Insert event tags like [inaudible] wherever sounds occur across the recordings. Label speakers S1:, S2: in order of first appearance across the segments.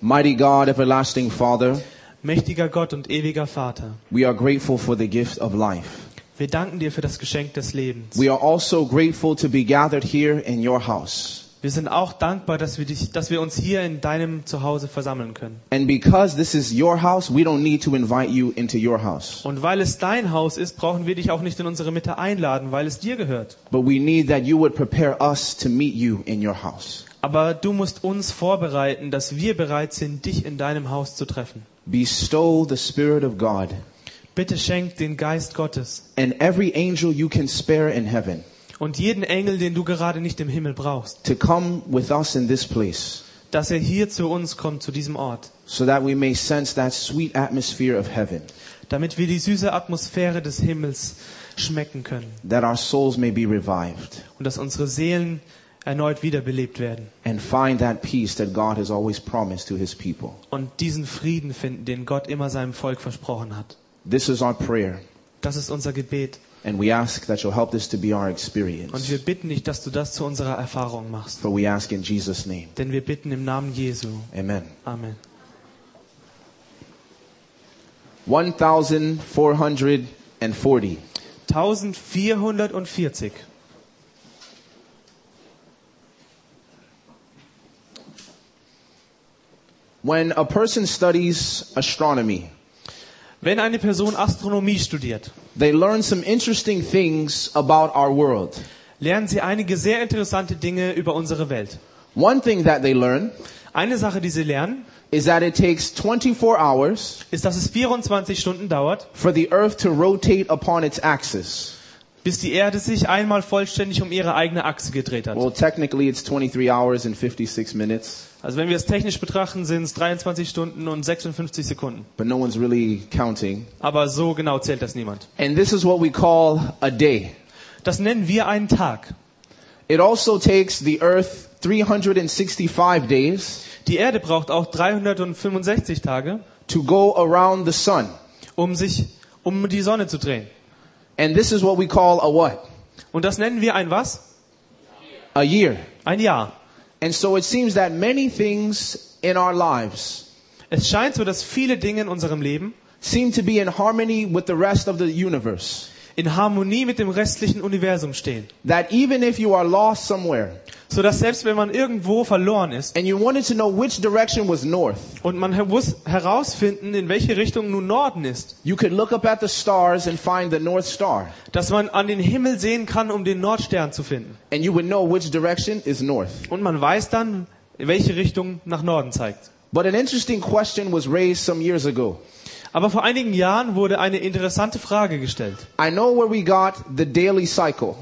S1: Mighty God, everlasting Father,
S2: Mächtiger Gott und ewiger Vater,
S1: we are grateful for the gift of life.
S2: wir danken dir für das Geschenk des Lebens.
S1: We are also grateful to be gathered here in your house.
S2: Wir sind auch dankbar, dass wir, dich, dass wir uns hier in deinem Zuhause versammeln können.
S1: And because this is your house, we don't need to invite you into your house.
S2: Und weil es dein Haus ist, brauchen wir dich auch nicht in unsere Mitte einladen, weil es dir gehört.
S1: But we need that you would prepare us to meet you in your house.
S2: Aber du musst uns vorbereiten, dass wir bereit sind, dich in deinem Haus zu treffen.
S1: Bestow the Spirit of God
S2: Bitte schenk den Geist Gottes
S1: and every angel you can spare in heaven
S2: und jeden Engel, den du gerade nicht im Himmel brauchst,
S1: to come with us in this place
S2: dass er hier zu uns kommt, zu diesem Ort,
S1: so that we may sense that sweet atmosphere of heaven,
S2: damit wir die süße Atmosphäre des Himmels schmecken können
S1: that our souls may be revived
S2: und dass unsere Seelen erneut wiederbelebt werden
S1: and find that peace that God has always promised to his people.
S2: und diesen Frieden finden, den Gott immer seinem Volk versprochen hat.
S1: This is our prayer,
S2: Das ist unser Gebet
S1: and we ask that you'll help this to be our
S2: und
S1: experience.
S2: wir bitten dich, dass du das zu unserer Erfahrung machst,
S1: For we ask in Jesus' name.
S2: denn wir bitten im Namen Jesu.
S1: Amen.
S2: Amen.
S1: 1440.
S2: 1440.
S1: When a person studies astronomy,
S2: Wenn eine Person Astronomie studiert,
S1: they learn some interesting things about our world.
S2: lernen sie einige sehr interessante Dinge über unsere Welt.
S1: One thing that they learn
S2: Eine Sache, die sie lernen,
S1: is that it takes 24 hours
S2: ist, dass es 24 Stunden dauert,
S1: for the earth to rotate upon its axis.
S2: bis die Erde sich einmal vollständig um ihre eigene Achse gedreht hat.
S1: Well, technically it's 23 hours and 56 minutes,
S2: Also wenn wir es technisch betrachten, sind es 23 Stunden und 56 Sekunden.
S1: but no one's really counting.
S2: Aber so genau zählt das niemand.
S1: And this is what we call a day.
S2: Das nennen wir einen Tag.
S1: It also takes the earth 365 days
S2: Die Erde braucht auch 365 Tage,
S1: to go around the sun.
S2: um sich um die Sonne zu drehen.
S1: And this is what we call a what?
S2: Und das nennen wir ein was?
S1: A year.
S2: Ein Jahr.
S1: And so it seems that many things in our lives
S2: Es scheint so, dass viele Dinge in unserem Leben
S1: seem to be in harmony with the rest of the universe.
S2: in Harmonie mit dem restlichen Universum stehen.
S1: That even if you are lost somewhere
S2: So dass selbst wenn man irgendwo verloren ist
S1: and you wanted to know which direction was north,
S2: und man muss herausfinden, in welche Richtung nun Norden ist,
S1: you could look up at the stars and find the North Star
S2: dass man an den Himmel sehen kann, um den Nordstern zu finden.
S1: and you would know which direction is north.
S2: Und man weiß dann, welche Richtung nach Norden zeigt.
S1: But an interesting question was raised some years ago.
S2: Aber vor einigen Jahren wurde eine interessante Frage gestellt.
S1: I know where we got the daily cycle.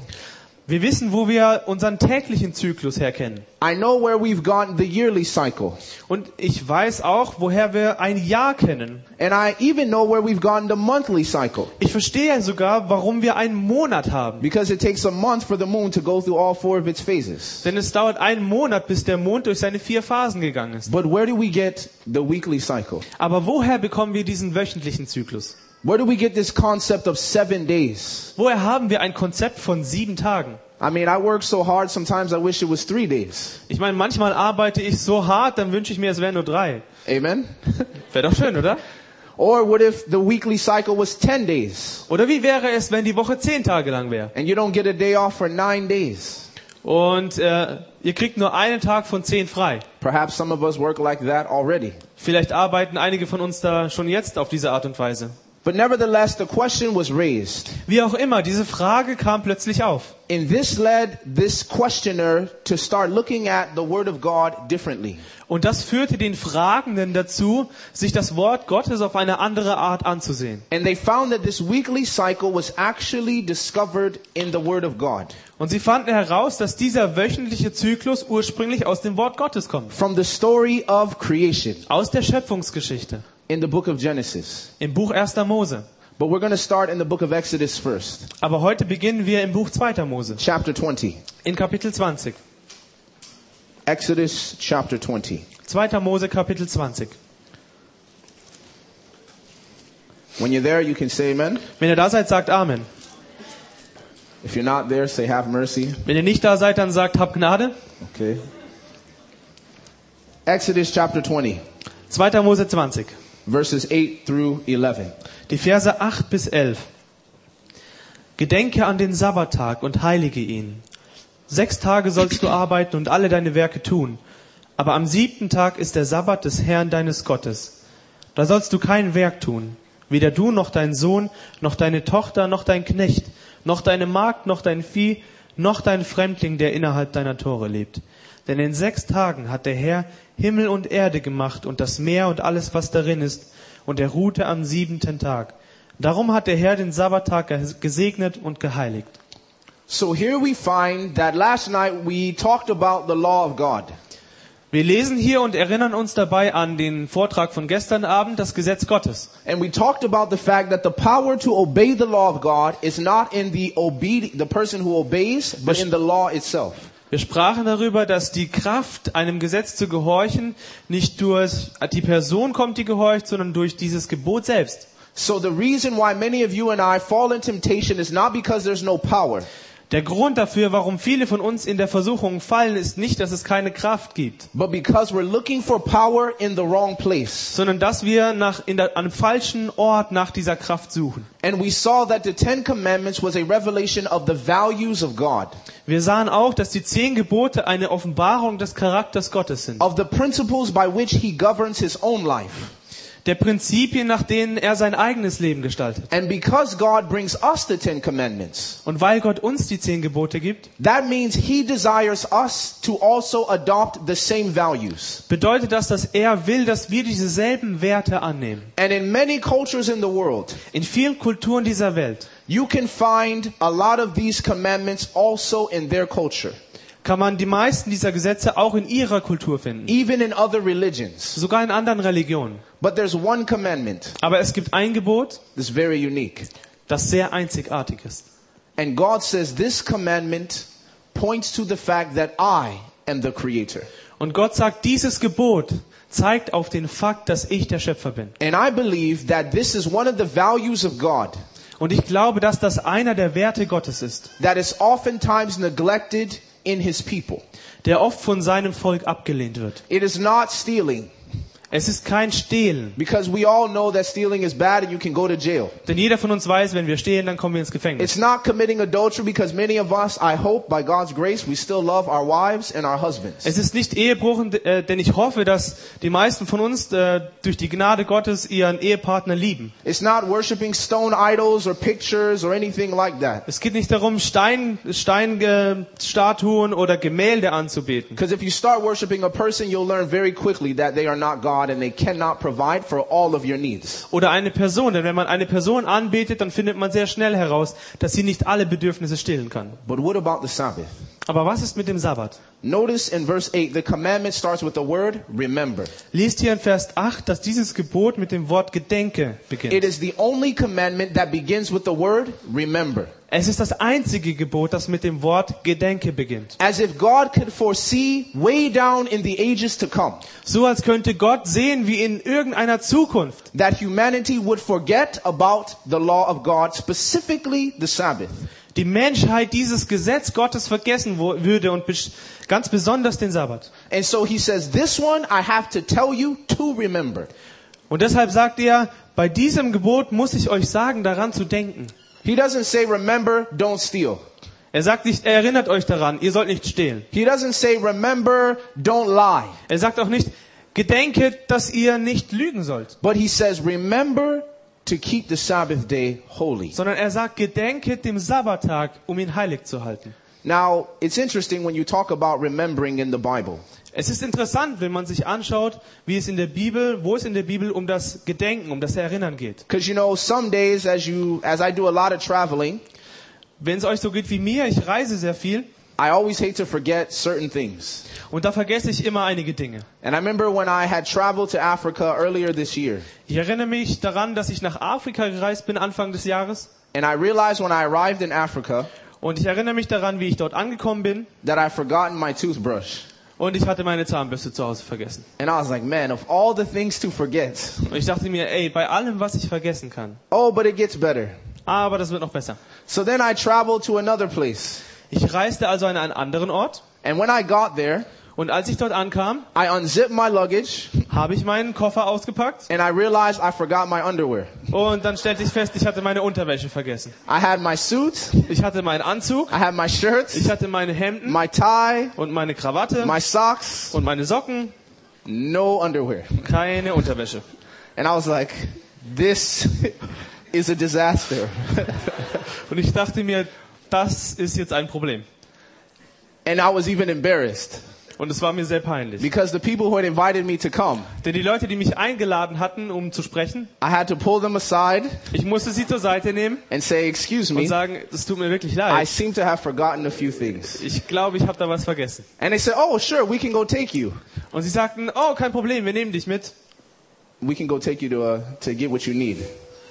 S2: Wir wissen, wo wir unseren täglichen Zyklus herkennen.
S1: I know where we've gotten the yearly cycle.
S2: Und ich weiß auch, woher wir ein Jahr kennen.
S1: And I even know where we've gotten the monthly cycle.
S2: Ich verstehe sogar, warum wir einen Monat haben.
S1: Because it takes a month for the moon to go through all four of its phases.
S2: Denn es dauert einen Monat, bis der Mond durch seine vier Phasen gegangen ist.
S1: But where do we get the weekly cycle?
S2: Aber woher bekommen wir diesen wöchentlichen Zyklus?
S1: Where do we get this concept of seven days?
S2: Woher haben wir ein Konzept von sieben Tagen?
S1: I mean, I work so hard sometimes I wish it was three days.
S2: Ich meine, manchmal arbeite ich so hart, dann wünsche ich mir, es wären nur drei.
S1: Amen?
S2: Wäre doch schön, oder?
S1: Or what if the weekly cycle was 10 days
S2: Oder wie wäre es, wenn die Woche zehn Tage lang wäre?
S1: and you don't get a day off for nine days?
S2: Und äh, ihr kriegt nur einen Tag von zehn frei.
S1: Perhaps some of us work like that already.
S2: Vielleicht arbeiten einige von uns da schon jetzt auf diese Art und Weise.
S1: But nevertheless, the question was raised.
S2: Wie auch immer, diese Frage kam plötzlich auf.
S1: And this led this questioner to start looking at the Word of God differently.
S2: Und das führte den Fragenden dazu, sich das Wort Gottes auf eine andere Art anzusehen.
S1: And they found that this weekly cycle was actually discovered in the Word of God.
S2: Und sie fanden heraus, dass dieser wöchentliche Zyklus ursprünglich aus dem Wort Gottes kommt.
S1: From the story of creation
S2: Aus der Schöpfungsgeschichte.
S1: in the book of Genesis.
S2: Im Buch 1. Mose.
S1: But we're going to start in the book of Exodus first,
S2: Aber heute beginnen wir im Buch 2. Mose.
S1: chapter 20.
S2: In Kapitel 20.
S1: Exodus chapter 20.
S2: 2. Mose Kapitel 20.
S1: When you're there, you can say amen.
S2: Wenn ihr da seid, sagt Amen.
S1: If you're not there, say have mercy.
S2: Wenn ihr nicht da seid, dann sagt, hab Gnade.
S1: Okay. Exodus chapter 20.
S2: 2. Mose 20,
S1: verses 8 through 11.
S2: die Verse 8 bis 11. Gedenke an den Sabbattag und heilige ihn. Sechs Tage sollst du arbeiten und alle deine Werke tun. Aber am siebten Tag ist der Sabbat des Herrn deines Gottes. Da sollst du kein Werk tun. Weder du noch dein Sohn, noch deine Tochter, noch dein Knecht, noch deine Magd, noch dein Vieh, noch dein Fremdling, der innerhalb deiner Tore lebt. Denn in sechs Tagen hat der Herr Himmel und Erde gemacht und das Meer und alles, was darin ist, und er ruhte am siebenten Tag. Darum hat der Herr den Sabbattag ges- gesegnet und geheiligt.
S1: So here we find that last night we talked about the law of God.
S2: Wir lesen hier und erinnern uns dabei an den Vortrag von gestern Abend, das Gesetz Gottes.
S1: And we talked about the fact that the power to obey the law of God is not in the obedi- the person who obeys, but in the law itself.
S2: Wir sprachen darüber, dass die Kraft, einem Gesetz zu gehorchen, nicht durch die Person kommt, die gehorcht, sondern durch dieses Gebot selbst.
S1: So the reason why many of you and I fall in temptation is not because there's no power,
S2: Der Grund dafür, warum viele von uns in der Versuchung fallen, ist nicht, dass es keine Kraft gibt,
S1: but because we're looking for power in the wrong place.
S2: sondern dass wir nach, in der, an falschen Ort nach dieser Kraft suchen.
S1: And we saw that the Ten Commandments was a revelation of the values of God,
S2: Wir sahen auch, dass die zehn Gebote eine Offenbarung des Charakters Gottes sind.
S1: of the principles by which He governs His own life.
S2: Der Prinzipien, nach denen er sein eigenes Leben gestaltet.
S1: And because God brings us the Ten Commandments,
S2: Und weil Gott uns die zehn Gebote gibt,
S1: that means He desires us to also adopt the same values.
S2: bedeutet das, dass er will, dass wir dieselben Werte annehmen.
S1: And in many cultures in the world,
S2: In vielen Kulturen dieser Welt
S1: you can find a lot of these commandments also in their culture,
S2: kann man die meisten dieser Gesetze auch in ihrer Kultur finden,
S1: even in other religions.
S2: sogar in anderen Religionen.
S1: But there's one commandment
S2: Aber es gibt ein Gebot,
S1: that's very unique.
S2: das sehr einzigartig ist.
S1: And God says this commandment points to the fact that I am the creator.
S2: Und Gott sagt, dieses Gebot zeigt auf den Fakt, dass ich der Schöpfer bin.
S1: And I believe that this is one of the values of God
S2: Und ich glaube, dass das einer der Werte Gottes ist,
S1: that is oftentimes neglected in his people.
S2: der oft von seinem Volk abgelehnt wird.
S1: It is not stealing,
S2: Es ist kein Stehlen,
S1: because we all know that stealing is bad and you can go to jail.
S2: denn jeder von uns weiß, wenn wir stehlen, dann kommen wir ins Gefängnis.
S1: It's not committing adultery because many of us, I hope, by God's grace, we still love our wives and our husbands.
S2: Es ist nicht Ehebruch, äh, denn ich hoffe, dass die meisten von uns äh, durch die Gnade Gottes ihren Ehepartner lieben.
S1: It's not worshiping stone idols or pictures or anything like that.
S2: Es geht nicht darum, Stein, Steinstatuen äh, Statuen oder Gemälde anzubeten.
S1: Because if you start worshiping a person, you'll learn very quickly that they are not God and they cannot provide for all of your needs.
S2: Oder eine Person, denn wenn man eine Person anbetet, dann findet man sehr schnell heraus, dass sie nicht alle Bedürfnisse stillen kann.
S1: But what about the Sabbath?
S2: Aber was ist mit dem Sabbat?
S1: Notice in verse 8, the commandment starts with the word remember.
S2: Lest hier in Vers 8, dass dieses Gebot mit dem Wort Gedenke
S1: It
S2: beginnt.
S1: is the only commandment that begins with the word remember.
S2: Es ist das einzige Gebot, das mit dem Wort Gedenke beginnt.
S1: As if God could foresee way down in the ages to come
S2: So als könnte Gott sehen, wie in irgendeiner Zukunft,
S1: that humanity would forget about the law of God, specifically the Sabbath.
S2: die Menschheit dieses Gesetz Gottes vergessen wo- würde und besch- ganz besonders den Sabbat.
S1: And so he says, this one I have to tell you to remember.
S2: Und deshalb sagt er, bei diesem Gebot muss ich euch sagen, daran zu denken.
S1: He doesn't say remember, don't steal.
S2: Er sagt nicht, er erinnert euch daran, ihr sollt nicht stehlen.
S1: He doesn't say remember, don't lie.
S2: Er sagt auch nicht, gedenket, dass ihr nicht lügen sollt,
S1: But he says remember to keep the Sabbath day holy.
S2: sondern er sagt, gedenket dem Sabbattag, um ihn heilig zu halten.
S1: Now, it's interesting when you talk about remembering in the Bible.
S2: Es ist interessant, wenn man sich anschaut, wie es in der Bibel, wo es in der Bibel um das Gedenken, um das Erinnern geht.
S1: Cuz you know, some days as you as I do a lot of traveling,
S2: Wenn es euch so geht wie mir, ich reise sehr viel
S1: I always hate to forget certain things.
S2: und da vergesse ich immer einige Dinge.
S1: And I remember when I had traveled to Africa earlier this year,
S2: Ich erinnere mich daran, dass ich nach Afrika gereist bin Anfang des Jahres
S1: and I realized when I arrived in Africa
S2: und ich erinnere mich daran, wie ich dort angekommen bin
S1: that I'd forgotten my toothbrush.
S2: und ich hatte meine Zahnbürste zu Hause vergessen.
S1: And I was like, man, of all the things to forget.
S2: Und ich dachte mir, ey, bei allem, was ich vergessen kann,
S1: Oh, but it gets better.
S2: aber das wird noch besser.
S1: So then I traveled to another place.
S2: Ich reiste also an einen anderen Ort
S1: And when I got there,
S2: und als ich dort ankam,
S1: I unzipped my luggage
S2: habe ich meinen Koffer ausgepackt
S1: and I realized I forgot my underwear.
S2: und dann stellte ich fest, ich hatte meine Unterwäsche vergessen.
S1: I had my suit,
S2: Ich hatte meinen Anzug,
S1: I had my shirt,
S2: ich hatte meine Hemden
S1: my tie,
S2: und meine Krawatte
S1: my socks,
S2: und meine Socken,
S1: no underwear.
S2: keine Unterwäsche.
S1: And I was like, this [laughs] is a disaster.
S2: Und ich dachte mir, das ist jetzt ein Problem.
S1: And I was even embarrassed
S2: Und es war mir sehr peinlich.
S1: because the people who had invited me to come,
S2: Denn die Leute, die mich eingeladen hatten, um zu sprechen,
S1: I had to pull them aside
S2: ich musste sie zur Seite nehmen
S1: and say, excuse
S2: und
S1: me,
S2: sagen, es tut mir wirklich
S1: I
S2: leid.
S1: seem to have forgotten a few things.
S2: Ich glaube, ich habe da was vergessen.
S1: And they said, oh, sure, we can go take you.
S2: Und sie sagten, oh, kein Problem, wir nehmen dich mit.
S1: We can go take you to, uh, to get what you need.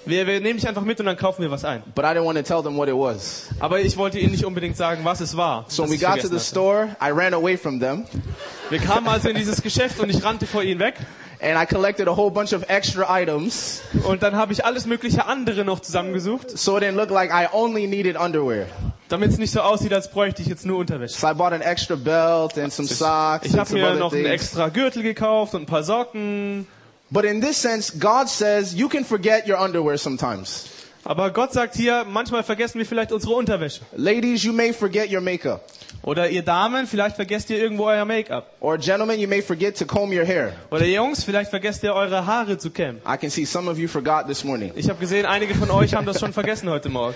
S2: Wir, wir nehmen dich einfach mit und dann kaufen wir was ein.
S1: But I didn't want to tell them what it was.
S2: Aber ich wollte ihnen nicht unbedingt sagen, was es war.
S1: So when
S2: was
S1: we
S2: ich
S1: got to the
S2: vergessen
S1: store, I ran away from them
S2: hatte. Wir kamen also in dieses Geschäft und ich rannte vor ihnen weg.
S1: and I collected a whole bunch of extra items
S2: Und dann habe ich alles mögliche andere noch zusammengesucht,
S1: so it didn't look like I only needed underwear.
S2: damit es nicht so aussieht, als bräuchte ich jetzt nur Unterwäsche.
S1: So I bought an extra belt and some socks
S2: Ich
S1: and
S2: habe
S1: some
S2: mir
S1: other
S2: noch einen
S1: things.
S2: extra Gürtel gekauft und ein paar Socken.
S1: But in this sense, God says you can forget your underwear sometimes.
S2: Aber Gott sagt hier, manchmal vergessen wir vielleicht unsere Unterwäsche.
S1: Ladies, you may forget your makeup.
S2: Oder ihr Damen, vielleicht vergesst ihr irgendwo euer Make-up.
S1: Or gentlemen, you may forget to comb your hair.
S2: Oder ihr Jungs, vielleicht vergesst ihr eure Haare zu kämmen.
S1: I can see some of you forgot this morning.
S2: Ich habe gesehen, einige von euch haben das schon vergessen heute Morgen.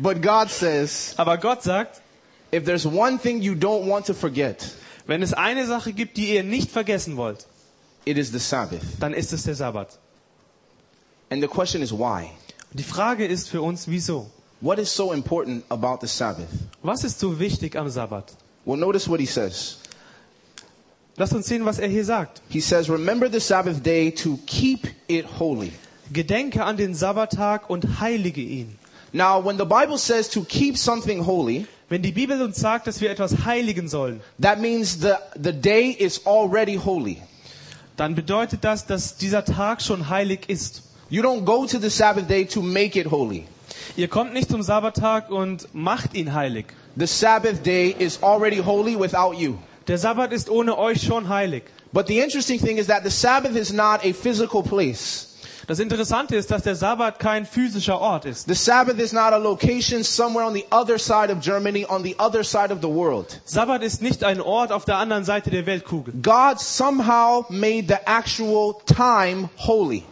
S1: But God says,
S2: Aber Gott sagt,
S1: if there's one thing you don't want to forget,
S2: wenn es eine Sache gibt, die ihr nicht vergessen wollt,
S1: it is the Sabbath.
S2: dann ist es der Sabbat.
S1: And the question is why?
S2: Und die Frage ist für uns, wieso?
S1: What is so important about the Sabbath?
S2: Was ist so wichtig am Sabbat?
S1: Well, notice what he says.
S2: Lasst uns sehen, was er hier sagt.
S1: He says, remember the Sabbath day to keep it holy.
S2: Gedenke an den Sabbattag und heilige ihn.
S1: Now, when the Bible says to keep something holy,
S2: Wenn die Bibel uns sagt, dass wir etwas heiligen sollen,
S1: that means the, the day is already holy.
S2: dann bedeutet das, dass dieser Tag schon heilig ist.
S1: You don't go to the Sabbath day to make it holy.
S2: Ihr kommt nicht zum Sabbattag und macht ihn heilig.
S1: The Sabbath day is already holy without you.
S2: Der Sabbat ist ohne euch schon heilig.
S1: But the interesting thing is that the Sabbath is not a physical place.
S2: Das Interessante ist, dass der Sabbat kein physischer Ort ist.
S1: The Sabbath is not a location somewhere on the other side of Germany, on the other side of the world.
S2: Sabbat ist nicht ein Ort auf der anderen Seite der Weltkugel.
S1: God somehow made the actual time holy.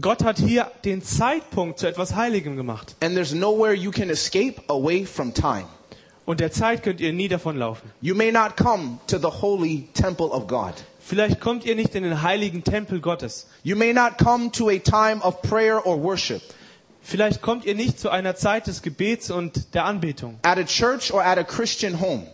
S2: Gott hat hier den Zeitpunkt zu etwas Heiligem gemacht.
S1: And there's nowhere you can escape away from time.
S2: Und der Zeit könnt ihr nie davonlaufen.
S1: You may not come to the holy temple of God.
S2: Vielleicht kommt ihr nicht in den heiligen Tempel Gottes.
S1: You may not come to a time of prayer or worship
S2: Vielleicht kommt ihr nicht zu einer Zeit des Gebets und der Anbetung.
S1: at a church or at a Christian home.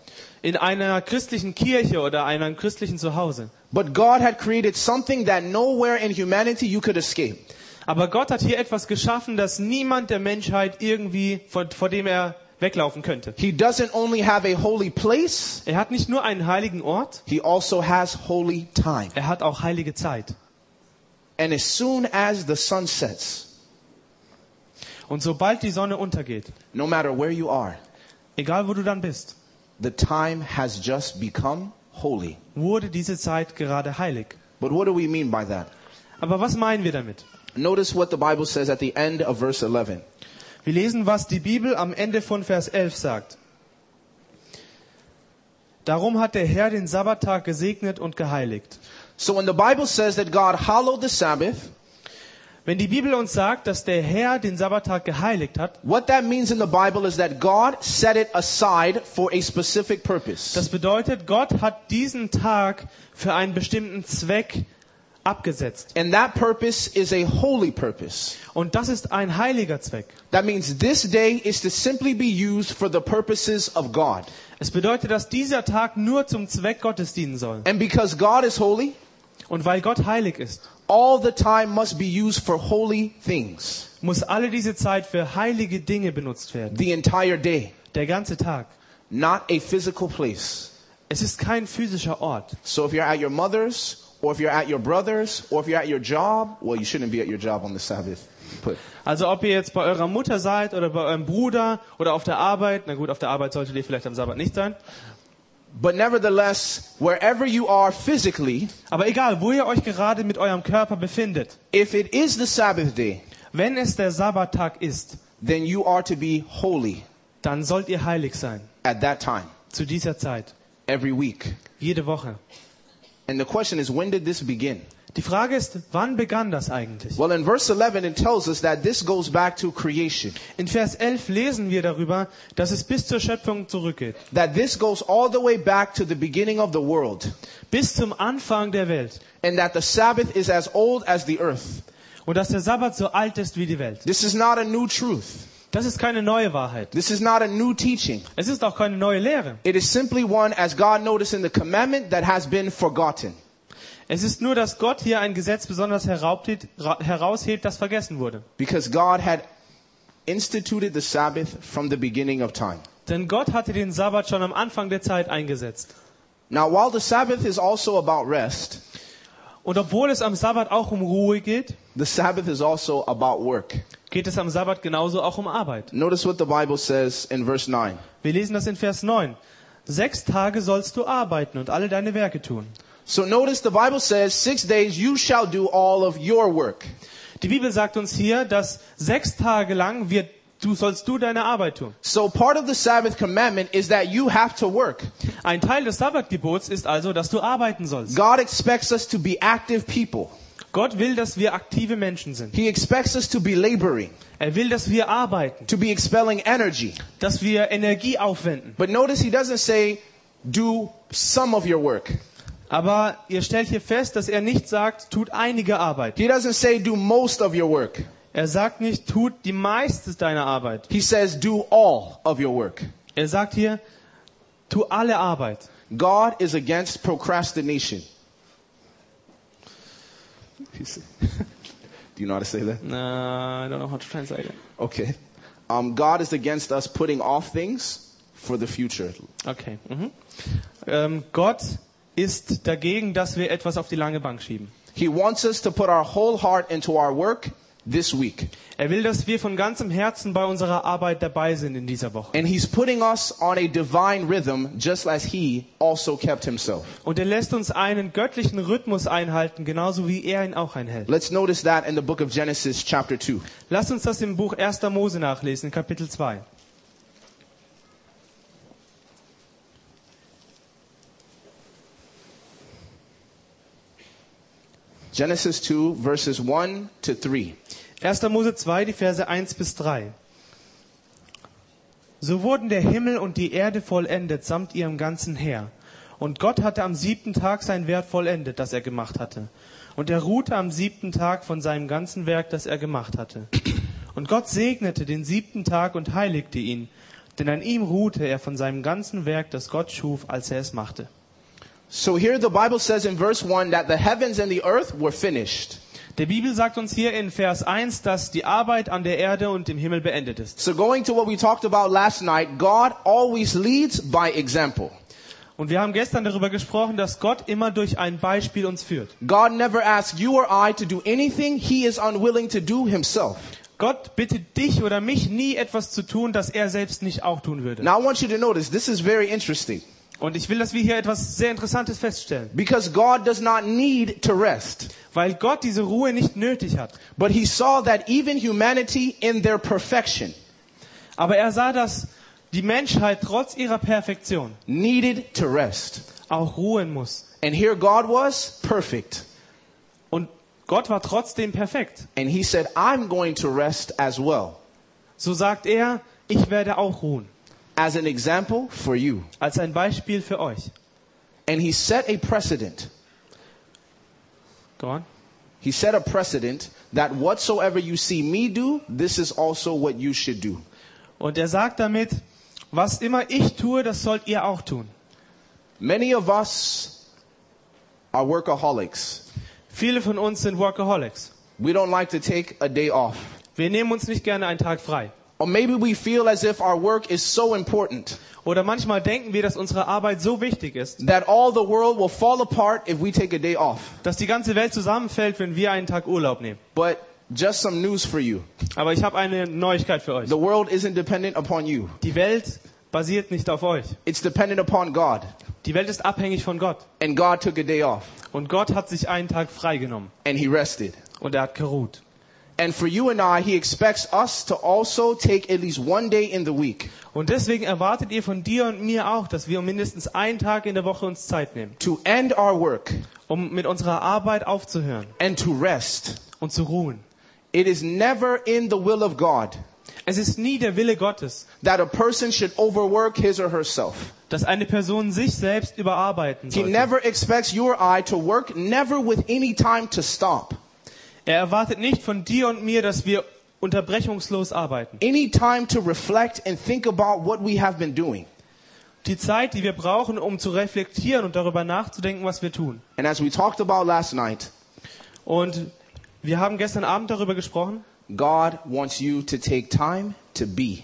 S2: In einer christlichen Kirche oder einem christlichen Zuhause.
S1: But God had created something that nowhere in humanity you could escape.
S2: Aber Gott hat hier etwas geschaffen, das niemand der Menschheit irgendwie, vor, vor dem er weglaufen könnte.
S1: He doesn't only have a holy place,
S2: Er hat nicht nur einen heiligen Ort,
S1: he also has holy time.
S2: er hat auch heilige Zeit.
S1: And as soon as the sun sets,
S2: Und sobald die Sonne untergeht,
S1: no matter where you are,
S2: egal wo du dann bist,
S1: the time has just become holy.
S2: wurde diese Zeit gerade heilig.
S1: But what do we mean by that?
S2: Aber was meinen wir damit?
S1: Notice what the Bible says at the end of verse 11.
S2: Wir lesen, was die Bibel am Ende von Vers 11 sagt. Darum hat der Herr den Sabbattag gesegnet und geheiligt.
S1: So when the Bible says that God hallowed the Sabbath,
S2: Wenn die Bibel uns sagt, dass der Herr den Sabbattag geheiligt hat,
S1: what that means in the Bible is that God set it aside for a specific purpose.
S2: das bedeutet, Gott hat diesen Tag für einen bestimmten Zweck abgesetzt.
S1: And that purpose is a holy purpose.
S2: Und das ist ein heiliger Zweck.
S1: That means this day is to simply be used for the purposes of God.
S2: Es bedeutet, dass dieser Tag nur zum Zweck Gottes dienen soll.
S1: And because God is holy,
S2: Und weil Gott heilig ist,
S1: all the time must be used for holy things.
S2: muss alle diese Zeit für heilige Dinge benutzt werden.
S1: The entire day,
S2: Der ganze Tag.
S1: not a physical place.
S2: Es ist kein physischer Ort.
S1: So if you're at your mother's, or if you're at your brother's, or if you're at your job, well, you shouldn't be at your job on the Sabbath. But
S2: Also ob ihr jetzt bei eurer Mutter seid oder bei eurem Bruder oder auf der Arbeit, na gut, auf der Arbeit solltet ihr vielleicht am Sabbat nicht sein,
S1: But nevertheless, wherever you are physically,
S2: Aber egal, wo ihr euch gerade mit eurem Körper befindet,
S1: if it is the Sabbath day,
S2: wenn es der Sabbattag ist,
S1: then you are to be holy
S2: dann sollt ihr heilig sein.
S1: at that time,
S2: Zu dieser Zeit.
S1: every week.
S2: Jede Woche.
S1: And the question is, when did this begin?
S2: Die Frage ist, wann begann das eigentlich?
S1: Well, in verse 11, it tells us that this goes back to creation.
S2: In Vers 11 lesen wir darüber, dass es bis zur Schöpfung zurückgeht.
S1: That this goes all the way back to the beginning of the world.
S2: Bis zum Anfang der Welt.
S1: And that the Sabbath is as old as the earth.
S2: Und dass der Sabbat so alt ist wie die Welt.
S1: This is not a new truth.
S2: Das ist keine neue Wahrheit.
S1: This is not a new teaching.
S2: Es ist auch keine neue Lehre.
S1: It is simply one, as God noticed in the commandment, that has been forgotten.
S2: Es ist nur, dass Gott hier ein Gesetz besonders heraubhebt- ra- heraushebt, das vergessen wurde.
S1: Because God had instituted the Sabbath from the beginning of time.
S2: Denn Gott hatte den Sabbat schon am Anfang der Zeit eingesetzt.
S1: Now, while the Sabbath is also about rest,
S2: Und obwohl es am Sabbat auch um Ruhe geht,
S1: the Sabbath is also about work.
S2: geht es am Sabbat genauso auch um Arbeit.
S1: Notice what the Bible says in verse 9.
S2: Wir lesen das in Vers 9. Sechs Tage sollst du arbeiten und alle deine Werke tun.
S1: So notice the Bible says, six days you shall do all of your work.
S2: Die Bibel sagt uns hier, dass sechs Tage lang wird, du sollst du deine Arbeit tun.
S1: So part of the Sabbath commandment is that you have to work.
S2: Ein Teil des Sabbatgebots ist also, dass du arbeiten sollst.
S1: God expects us to be active people.
S2: Gott will, dass wir aktive Menschen sind.
S1: He expects us to be laboring,
S2: Er will, dass wir arbeiten,
S1: to be expelling energy.
S2: dass wir Energie aufwenden.
S1: But notice he doesn't say, do some of your work.
S2: Aber ihr stellt hier fest, dass er nicht sagt, tut einige Arbeit.
S1: He doesn't say, do most of your work.
S2: Er sagt nicht, tut die meiste deiner Arbeit.
S1: He says, do all of your work.
S2: Er sagt hier, tu alle Arbeit.
S1: God is against procrastination. He said- [laughs] do you know how to say that?
S2: Uh, I don't know how to translate it.
S1: Okay. Um, God is against us putting off things for the future.
S2: Okay. Mhm. Ähm, Gott ist dagegen, dass wir etwas auf die lange Bank schieben.
S1: He wants us to put our whole heart into our work this week.
S2: Er will, dass wir von ganzem Herzen bei unserer Arbeit dabei sind in dieser Woche.
S1: And He's putting us on a divine rhythm just as He also kept Himself.
S2: Und er lässt uns einen göttlichen Rhythmus einhalten, genauso wie er ihn auch einhält.
S1: Let's notice that in the book of Genesis, chapter 2.
S2: Lasst uns das im Buch 1. Mose nachlesen, in Kapitel 2.
S1: Genesis 2, verses 1 to 3.
S2: 1. Mose 2, die Verse 1 bis 3. So wurden der Himmel und die Erde vollendet samt ihrem ganzen Heer. Und Gott hatte am siebten Tag sein Werk vollendet, das er gemacht hatte. Und er ruhte am siebten Tag von seinem ganzen Werk, das er gemacht hatte. Und Gott segnete den siebten Tag und heiligte ihn, denn an ihm ruhte er von seinem ganzen Werk, das Gott schuf, als er es machte.
S1: So here the Bible says in verse 1 that the heavens and the earth were finished.
S2: Der Bibel sagt uns hier in Vers 1, dass die Arbeit an der Erde und im Himmel beendet ist.
S1: So going to what we talked about last night, God always leads by example.
S2: Und wir haben gestern darüber gesprochen, dass Gott immer durch ein Beispiel uns führt.
S1: God never asks you or I to do anything he is unwilling to do himself.
S2: Gott bittet dich oder mich nie etwas zu tun, das er selbst nicht auch tun würde.
S1: Now I want you to notice this is very interesting
S2: Und ich will, dass wir hier etwas sehr Interessantes feststellen.
S1: because God does not need to rest.
S2: Weil Gott diese Ruhe nicht nötig hat.
S1: But he saw that even humanity in their perfection
S2: Aber er sah, dass die Menschheit trotz ihrer Perfektion
S1: needed to rest.
S2: auch ruhen muss.
S1: And here God was perfect.
S2: Und Gott war trotzdem perfekt.
S1: And he said, I'm going to rest as well
S2: So sagt er, ich werde auch ruhen.
S1: as an example for you.
S2: Als ein Beispiel für euch.
S1: And he set a precedent.
S2: Go on.
S1: He set a precedent that whatsoever you see me do, this is also what you should do.
S2: Und er sagt damit, was immer ich tue, das sollt ihr auch tun.
S1: Many of us are workaholics.
S2: Viele von uns sind Workaholics.
S1: We don't like to take a day off.
S2: Wir nehmen uns nicht gerne einen Tag frei.
S1: Or maybe we feel as if our work is so important
S2: Oder manchmal denken wir, dass unsere Arbeit so wichtig ist,
S1: that all the world will fall apart if we take a day off.
S2: dass die ganze Welt zusammenfällt, wenn wir einen Tag Urlaub nehmen.
S1: But just some news for you.
S2: Aber ich habe eine Neuigkeit für euch.
S1: The world isn't dependent upon you.
S2: Die Welt basiert nicht auf euch.
S1: It's dependent upon God.
S2: Die Welt ist abhängig von Gott.
S1: And God took a day off
S2: Und Gott hat sich einen Tag freigenommen.
S1: and he rested.
S2: Und er hat geruht.
S1: And for you and I, he expects us to also take at least one day in the week
S2: Und deswegen erwartet ihr von dir und mir auch, dass wir mindestens einen Tag in der Woche uns Zeit nehmen,
S1: to end our work
S2: um mit unserer Arbeit aufzuhören
S1: and to rest.
S2: und zu ruhen.
S1: It is never in the will of God
S2: Es ist nie der Wille Gottes,
S1: that a person should overwork his or herself.
S2: dass eine Person sich selbst überarbeiten
S1: He
S2: sollte.
S1: never expects you or I to work never with any time to stop.
S2: Er erwartet nicht von dir und mir, dass wir unterbrechungslos arbeiten.
S1: Any time to reflect and think about what we have been doing.
S2: Die Zeit, die wir brauchen, um zu reflektieren und darüber nachzudenken, was wir tun.
S1: And as we talked about last night,
S2: Und wir haben gestern Abend darüber gesprochen,
S1: God wants you to take time to be.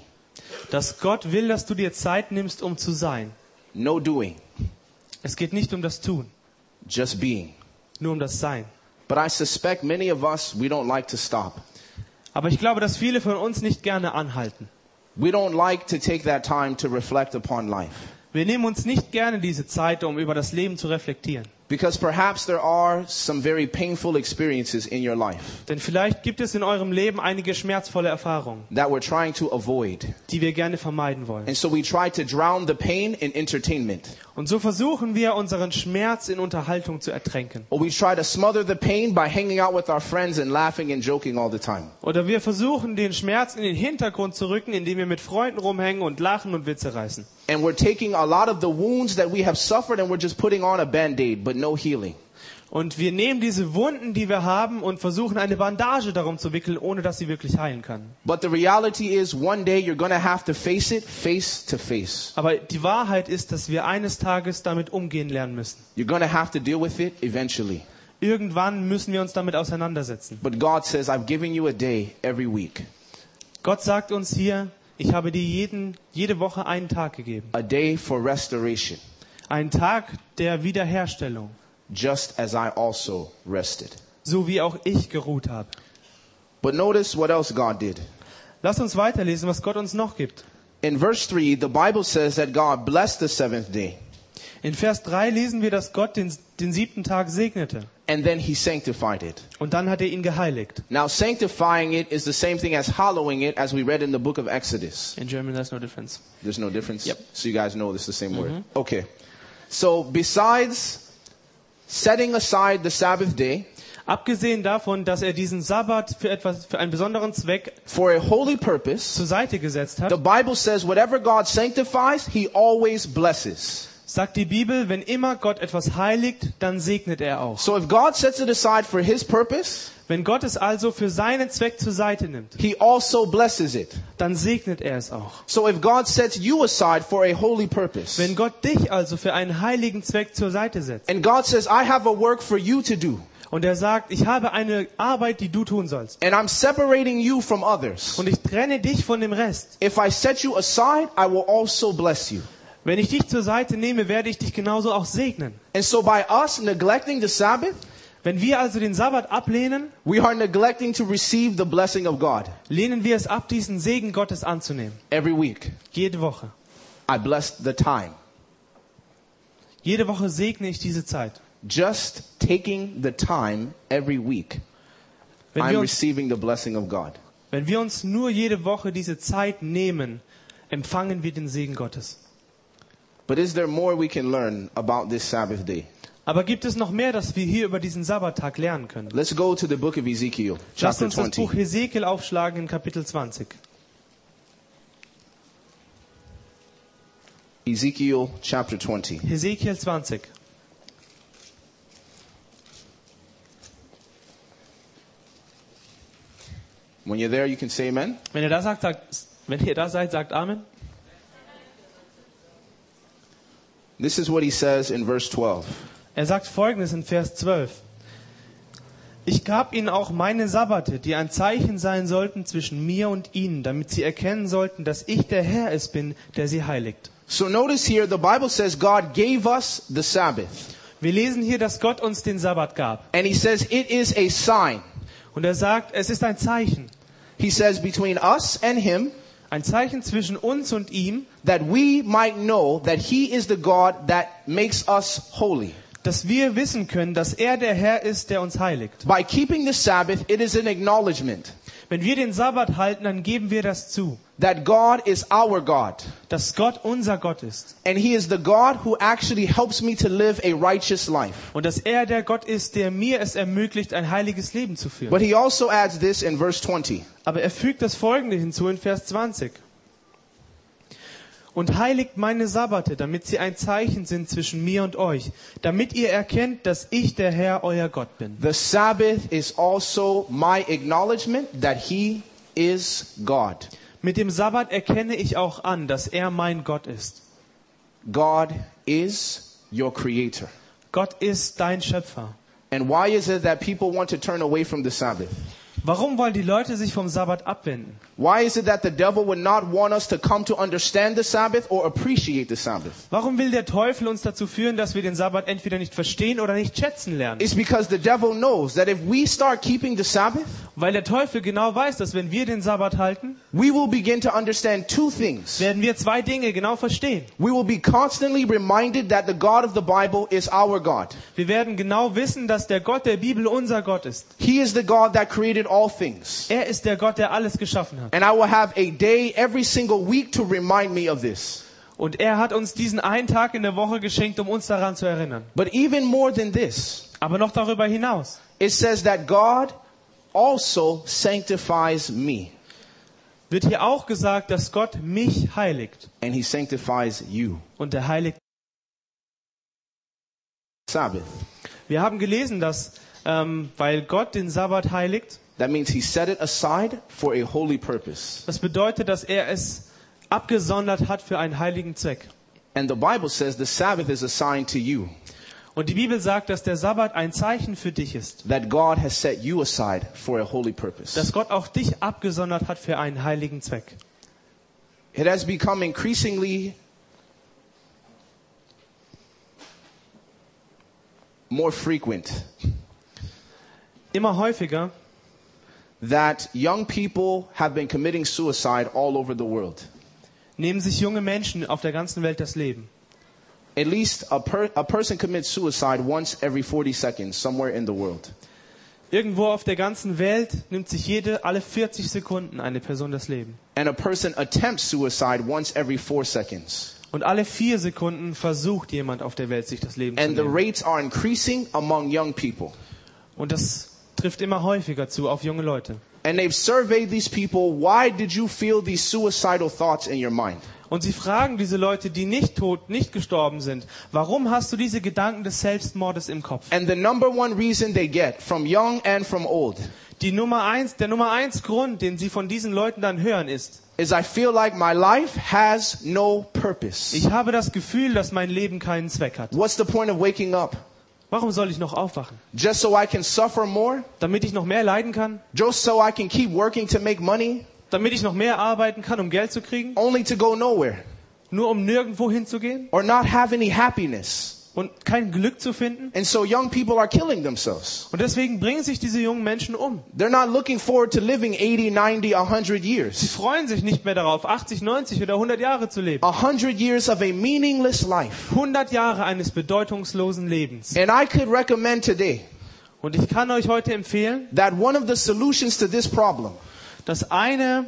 S2: dass Gott will, dass du dir Zeit nimmst, um zu sein.
S1: No doing,
S2: Es geht nicht um das Tun,
S1: just being.
S2: nur um das Sein.
S1: But I suspect many of us, we don't like to stop.
S2: Aber ich glaube, dass viele von uns nicht gerne anhalten.
S1: We don't like to take that time to reflect upon life.
S2: Wir nehmen uns nicht gerne diese Zeit, um über das Leben zu reflektieren.
S1: Because perhaps there are some very painful experiences in your life
S2: Denn vielleicht gibt es in eurem Leben einige schmerzvolle Erfahrungen,
S1: that we're trying to avoid.
S2: die wir gerne vermeiden wollen.
S1: And so we try to drown the pain in entertainment.
S2: Und so versuchen wir, unseren Schmerz in Unterhaltung zu ertränken.
S1: Or we try to smother the pain by hanging out with our friends and laughing and joking all the time.
S2: Oder wir versuchen, den Schmerz in den Hintergrund zu rücken, indem wir mit Freunden rumhängen und lachen und Witze reißen.
S1: And we're taking a lot of the wounds that we have suffered and we're just putting on a band-aid, but no healing.
S2: Und wir nehmen diese Wunden, die wir haben, und versuchen, eine Bandage darum zu wickeln, ohne dass sie wirklich heilen kann.
S1: But the reality is one day you're gonna have to face it face to face.
S2: Aber die Wahrheit ist, dass wir eines Tages damit umgehen lernen müssen.
S1: You're gonna have to deal with it eventually.
S2: Irgendwann müssen wir uns damit auseinandersetzen.
S1: But God says, I've given you a day every week.
S2: Gott sagt uns hier, ich habe dir jeden, jede Woche einen Tag gegeben.
S1: A day for restoration,
S2: Einen Tag der Wiederherstellung,
S1: just as I also rested.
S2: so wie auch ich geruht habe.
S1: But notice what else God did.
S2: Lass uns weiterlesen, was Gott uns noch gibt.
S1: In verse 3, the Bible says that God blessed the seventh day
S2: In Vers 3 lesen wir, dass Gott den, den siebten Tag segnete.
S1: and then he sanctified it.
S2: Und dann hat er ihn geheiligt.
S1: Now, sanctifying it is the same thing as hallowing it, as we read in the book of Exodus.
S2: In German there's no difference.
S1: There's no difference. Yep. So you guys know this is the same word. Okay. So, besides setting aside the Sabbath day
S2: Abgesehen davon, dass er diesen Sabbat für etwas, für einen besonderen Zweck
S1: for a holy purpose,
S2: zur Seite gesetzt
S1: The
S2: hat,
S1: Bible says whatever God sanctifies, he always blesses.
S2: sagt die Bibel, wenn immer Gott etwas heiligt, dann segnet er auch.
S1: So if God sets it aside for his purpose,
S2: Wenn Gott es also für seinen Zweck zur Seite nimmt,
S1: he also blesses it.
S2: dann segnet er es auch.
S1: So if God sets you aside for a holy purpose,
S2: Wenn Gott dich also für einen heiligen Zweck zur Seite setzt
S1: and God says, I have a work for you to do,
S2: und er sagt, ich habe eine Arbeit, die du tun sollst
S1: and I'm separating you from others,
S2: und ich trenne dich von dem Rest.
S1: if I set you aside, I will also bless you.
S2: Wenn ich dich zur Seite nehme, werde ich dich genauso auch segnen.
S1: And so by us neglecting the Sabbath,
S2: Wenn wir also den Sabbat ablehnen,
S1: we are neglecting to receive the blessing of God
S2: lehnen wir es ab, diesen Segen Gottes anzunehmen.
S1: every week.
S2: Jede Woche.
S1: I bless the time.
S2: Jede Woche segne ich diese Zeit.
S1: Just taking the time every week
S2: Wenn
S1: I'm
S2: wir, uns,
S1: receiving the blessing of God.
S2: wenn wir uns nur jede Woche diese Zeit nehmen, empfangen wir den Segen Gottes.
S1: But is there more we can learn about this Sabbath day?
S2: Aber gibt es noch mehr, dass wir hier über diesen Sabbattag lernen können?
S1: Let's go to the book of Ezekiel,
S2: Lasst
S1: chapter
S2: uns das
S1: 20.
S2: Buch Hesekiel aufschlagen in Kapitel 20.
S1: Ezekiel chapter 20.
S2: Hesekiel 20.
S1: When you're there, you can say amen.
S2: Wenn ihr da sagt, sagt, wenn ihr da seid, sagt Amen.
S1: This is what he says in verse 12.
S2: Er sagt folgendes in Vers 12. Ich gab ihnen auch meine Sabbate, die ein Zeichen sein sollten zwischen mir und ihnen, damit sie erkennen sollten, dass ich der Herr es bin, der sie heiligt.
S1: So notice here, the Bible says God gave us the Sabbath.
S2: Wir lesen hier, dass Gott uns den Sabbat gab.
S1: And he says it is a sign.
S2: Und er sagt, es ist ein Zeichen.
S1: He says between us and him,
S2: Ein Ein Zeichen zwischen uns und ihm,
S1: that we might know that he is the God that makes us holy.
S2: dass wir wissen können, dass er der Herr ist, der uns heiligt.
S1: By keeping the Sabbath, it is an acknowledgement
S2: Wenn wir den Sabbat halten, dann geben wir das zu,
S1: that God is our God.
S2: dass Gott unser Gott ist
S1: And he is the God who actually helps me to live a righteous life.
S2: und dass er der Gott ist, der mir es ermöglicht, ein heiliges Leben zu führen.
S1: But he also adds this in verse 20
S2: Aber er fügt das Folgende hinzu in Vers 20. Und heiligt meine Sabbate, damit sie ein Zeichen sind zwischen mir und euch, damit ihr erkennt, dass ich der Herr euer Gott bin.
S1: The Sabbath is also my acknowledgement that he is God.
S2: Mit dem Sabbat erkenne ich auch an, dass er mein Gott ist.
S1: God is your creator.
S2: Gott ist dein Schöpfer.
S1: And why is it that people want to turn away from the Sabbath?
S2: Warum wollen die Leute sich vom Sabbat abwenden?
S1: Why is it that the devil would not want us to come to understand the Sabbath or appreciate the Sabbath?
S2: Warum will der Teufel uns dazu führen, dass wir den Sabbat entweder nicht verstehen oder nicht schätzen lernen?
S1: It's because the devil knows that if we start keeping the Sabbath,
S2: Weil der Teufel genau weiß, dass wenn wir den Sabbat halten,
S1: we will begin to understand two things.
S2: werden wir zwei Dinge genau verstehen.
S1: We will be constantly reminded that the God of the Bible is our God.
S2: Wir werden genau wissen, dass der Gott der Bibel unser Gott ist.
S1: He is the God that created all things.
S2: Er ist der Gott, der alles geschaffen hat.
S1: And I will have a day every single week to remind me of this.
S2: Und er hat uns diesen einen Tag in der Woche geschenkt, um uns daran zu erinnern.
S1: But even more than this,
S2: Aber noch darüber hinaus.
S1: it says that God also sanctifies me
S2: wird hier auch gesagt, dass Gott mich heiligt
S1: and he sanctifies you.
S2: und er heiligt.
S1: Sabbath.
S2: Wir haben gelesen, dass ähm, weil Gott den Sabbat heiligt,
S1: That means he set it aside for a holy purpose.
S2: das bedeutet, dass er es abgesondert hat für einen heiligen Zweck.
S1: And the Bible says the Sabbath is a sign to you
S2: Und die Bibel sagt, dass der Sabbat ein Zeichen für dich ist,
S1: that God has set you aside for a holy purpose.
S2: dass Gott auch dich abgesondert hat für einen heiligen Zweck.
S1: It has become increasingly more frequent
S2: Immer häufiger,
S1: that young people have been committing suicide all over the world.
S2: nehmen sich junge Menschen auf der ganzen Welt das Leben.
S1: At least a, per- a person commits suicide once every 40 seconds somewhere in the world.
S2: Irgendwo auf der ganzen Welt nimmt sich jede alle 40 Sekunden eine Person das Leben.
S1: And a person attempts suicide once every four seconds.
S2: Und alle vier Sekunden versucht jemand auf der Welt, sich das Leben zu
S1: And the
S2: nehmen.
S1: rates are increasing among young people.
S2: Und das trifft immer häufiger zu auf junge Leute.
S1: And they've surveyed these people. Why did you feel these suicidal thoughts in your mind?
S2: Und sie fragen diese Leute, die nicht tot, nicht gestorben sind, warum hast du diese Gedanken des Selbstmordes im Kopf?
S1: And the number one reason they get from young and from old
S2: Die Nummer eins, der Nummer eins Grund, den sie von diesen Leuten dann hören, ist,
S1: is I feel like my life has no purpose.
S2: ich habe das Gefühl, dass mein Leben keinen Zweck hat.
S1: What's the point of waking up?
S2: Warum soll ich noch aufwachen?
S1: Just so I can suffer more?
S2: Damit ich noch mehr leiden kann?
S1: Just so I can keep working to make money?
S2: Damit ich noch mehr arbeiten kann, um Geld zu kriegen?
S1: Only to go nowhere?
S2: Nur um nirgendwo hinzugehen?
S1: Or not have any happiness?
S2: Und kein Glück zu finden?
S1: And so young people are killing themselves.
S2: Und deswegen bringen sich diese jungen Menschen um.
S1: They're not looking forward to living 80, 90, 100 years.
S2: Sie freuen sich nicht mehr darauf, 80, 90 oder 100 Jahre zu leben.
S1: a hundred years of a meaningless life.
S2: 100 Jahre eines bedeutungslosen Lebens.
S1: And I could recommend today
S2: Und ich kann euch heute empfehlen,
S1: that one of the solutions to this problem
S2: dass eine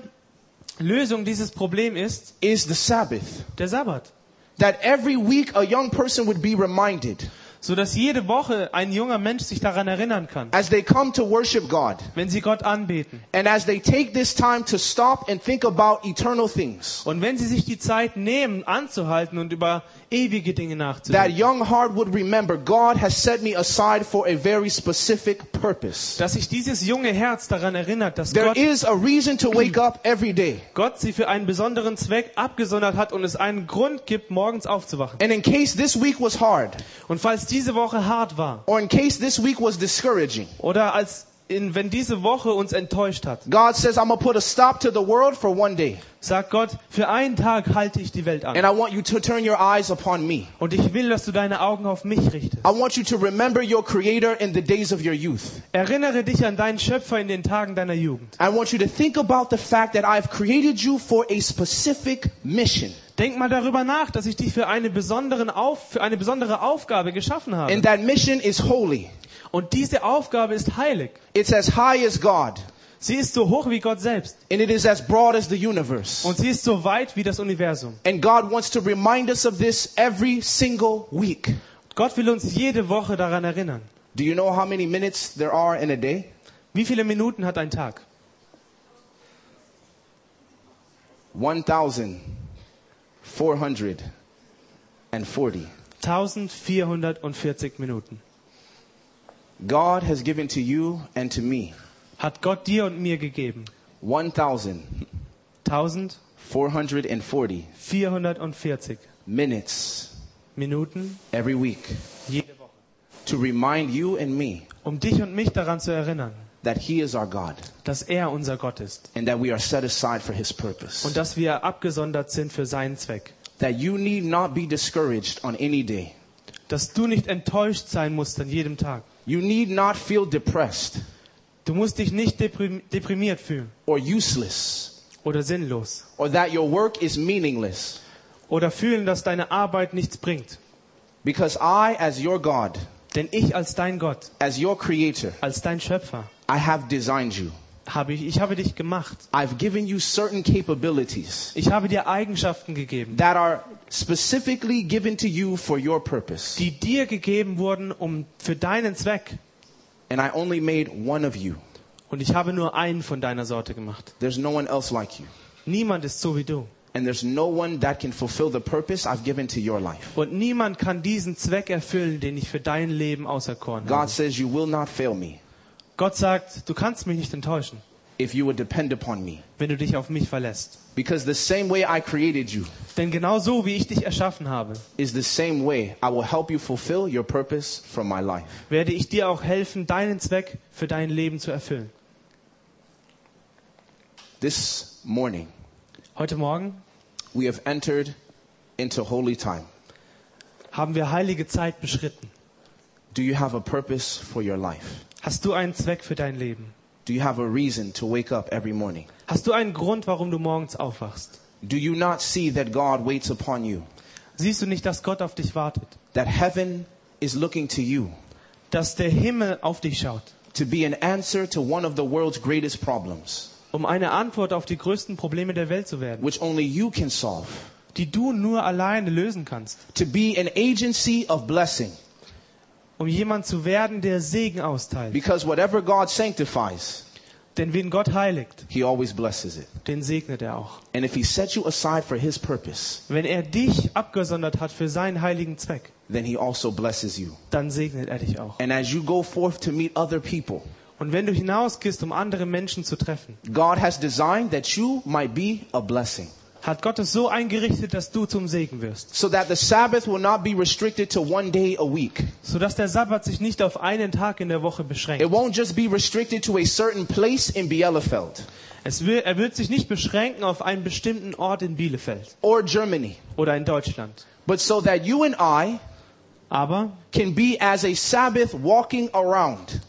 S2: Lösung dieses Problem ist
S1: is the Sabbath.
S2: der Sabbat.
S1: That every week a young person would be reminded
S2: Sodass jede Woche ein junger Mensch sich daran erinnern kann,
S1: as they come to worship God
S2: wenn sie Gott anbeten.
S1: and as they take this time to stop and think about eternal things.
S2: Und wenn sie sich die Zeit nehmen, anzuhalten und über ewige Dinge
S1: That
S2: nachzudenken.
S1: young heart would remember God has set me aside for a very specific purpose.
S2: Dass sich dieses junge Herz daran erinnert, dass
S1: There
S2: Gott,
S1: is a reason to wake up every day.
S2: Gott sie für einen besonderen Zweck abgesondert hat und es einen Grund gibt, morgens aufzuwachen.
S1: And in case this week was hard,
S2: Und falls diese Woche hart war
S1: or in case this week was discouraging,
S2: oder als in, wenn diese Woche uns enttäuscht hat,
S1: God says, I'm going to put a stop to the world for one day.
S2: sagt Gott, für einen Tag halte ich die Welt an.
S1: And I want you to turn your eyes upon me.
S2: Und ich will, dass du deine Augen auf mich richtest.
S1: I want you to remember your creator in the days of your youth.
S2: Erinnere dich an deinen Schöpfer in den Tagen deiner Jugend.
S1: I want you to think about the fact that I've created you for a specific mission
S2: Denk mal darüber nach, dass ich dich für eine, besonderen auf, für eine besondere Aufgabe geschaffen habe.
S1: and that mission is holy.
S2: Und diese Aufgabe ist heilig.
S1: It's as high as God
S2: Sie ist so hoch wie Gott selbst.
S1: and it is as broad as the universe.
S2: Und sie ist so weit wie das Universum.
S1: And God wants to remind us of this every single week.
S2: Gott will uns jede Woche daran erinnern.
S1: Do you know how many minutes there are in a day?
S2: Wie viele Minuten hat ein Tag?
S1: 1,440.
S2: 1440 Minuten.
S1: God has given to you and to me
S2: Hat Gott dir und mir gegeben. 1440
S1: 1,440 minutes
S2: Minuten
S1: every week
S2: jede Woche.
S1: to remind you and me
S2: Um dich und mich daran zu erinnern,
S1: that He is our God
S2: dass er unser Gott ist.
S1: and that we are set aside for His purpose.
S2: Und dass wir abgesondert sind für seinen Zweck.
S1: That you need not be discouraged on any day.
S2: Dass du nicht enttäuscht sein musst an jedem Tag.
S1: You need not feel depressed
S2: Du musst dich nicht deprim deprimiert fühlen.
S1: or useless
S2: Oder sinnlos.
S1: or that your work is meaningless
S2: Oder fühlen, dass deine Arbeit nichts bringt.
S1: because I, as your God,
S2: Denn ich als dein Gott,
S1: as your creator,
S2: als dein Schöpfer,
S1: I have designed you.
S2: habe ich, ich habe dich gemacht.
S1: I've given you certain capabilities
S2: Ich habe dir Eigenschaften gegeben,
S1: that are specifically given to you for your purpose.
S2: die dir gegeben wurden, um für deinen Zweck.
S1: And I only made one of you.
S2: Und ich habe nur einen von deiner Sorte gemacht.
S1: There's no one else like you.
S2: Niemand ist so wie du.
S1: And there's no one that can fulfill the purpose I've given to your life.
S2: Und niemand kann diesen Zweck erfüllen, den ich für dein Leben auserkoren
S1: God
S2: habe.
S1: says, You will not fail me
S2: Gott sagt, du kannst mich nicht enttäuschen,
S1: if you would depend upon me.
S2: wenn du dich auf mich verlässt.
S1: Because the same way I created you
S2: Denn genau so, wie ich dich erschaffen habe,
S1: is the same way I will help you fulfill your purpose from my life.
S2: werde ich dir auch helfen, deinen Zweck für dein Leben zu erfüllen.
S1: This morning,
S2: Heute Morgen
S1: we have entered into holy time.
S2: haben wir heilige Zeit beschritten.
S1: Do you have a purpose for your life?
S2: Hast du einen Zweck für dein Leben?
S1: Do you have a reason to wake up every morning?
S2: Hast du einen Grund, warum du morgens aufwachst?
S1: Do you not see that God waits upon you?
S2: Siehst du nicht, dass Gott auf dich wartet?
S1: That heaven is looking to you
S2: Dass der Himmel auf dich schaut,
S1: to be an answer to one of the world's greatest problems,
S2: um eine Antwort auf die größten Probleme der Welt zu werden,
S1: which only you can solve,
S2: die du nur alleine lösen kannst,
S1: to be an agency of blessing.
S2: um jemand zu werden, der Segen austeilt.
S1: Because whatever God sanctifies,
S2: Denn wen Gott heiligt,
S1: He always blesses it.
S2: den segnet er auch.
S1: And if He set you aside for His purpose,
S2: Wenn er dich abgesondert hat für seinen heiligen Zweck,
S1: then He also blesses you.
S2: dann segnet er dich auch.
S1: And as you go forth to meet other people,
S2: Und wenn du hinausgehst, um andere Menschen zu treffen,
S1: God has designed that you might be a blessing.
S2: hat Gott es so eingerichtet, dass du zum Segen wirst,
S1: so that the Sabbath will not be restricted to one day a week.
S2: sodass der Sabbat sich nicht auf einen Tag in der Woche
S1: It
S2: beschränkt.
S1: won't just be restricted to a certain place in Bielefeld
S2: Es will, er wird sich nicht beschränken auf einen bestimmten Ort in Bielefeld
S1: or Germany,
S2: oder in Deutschland.
S1: but so that you and I
S2: Aber
S1: can be as a Sabbath walking around,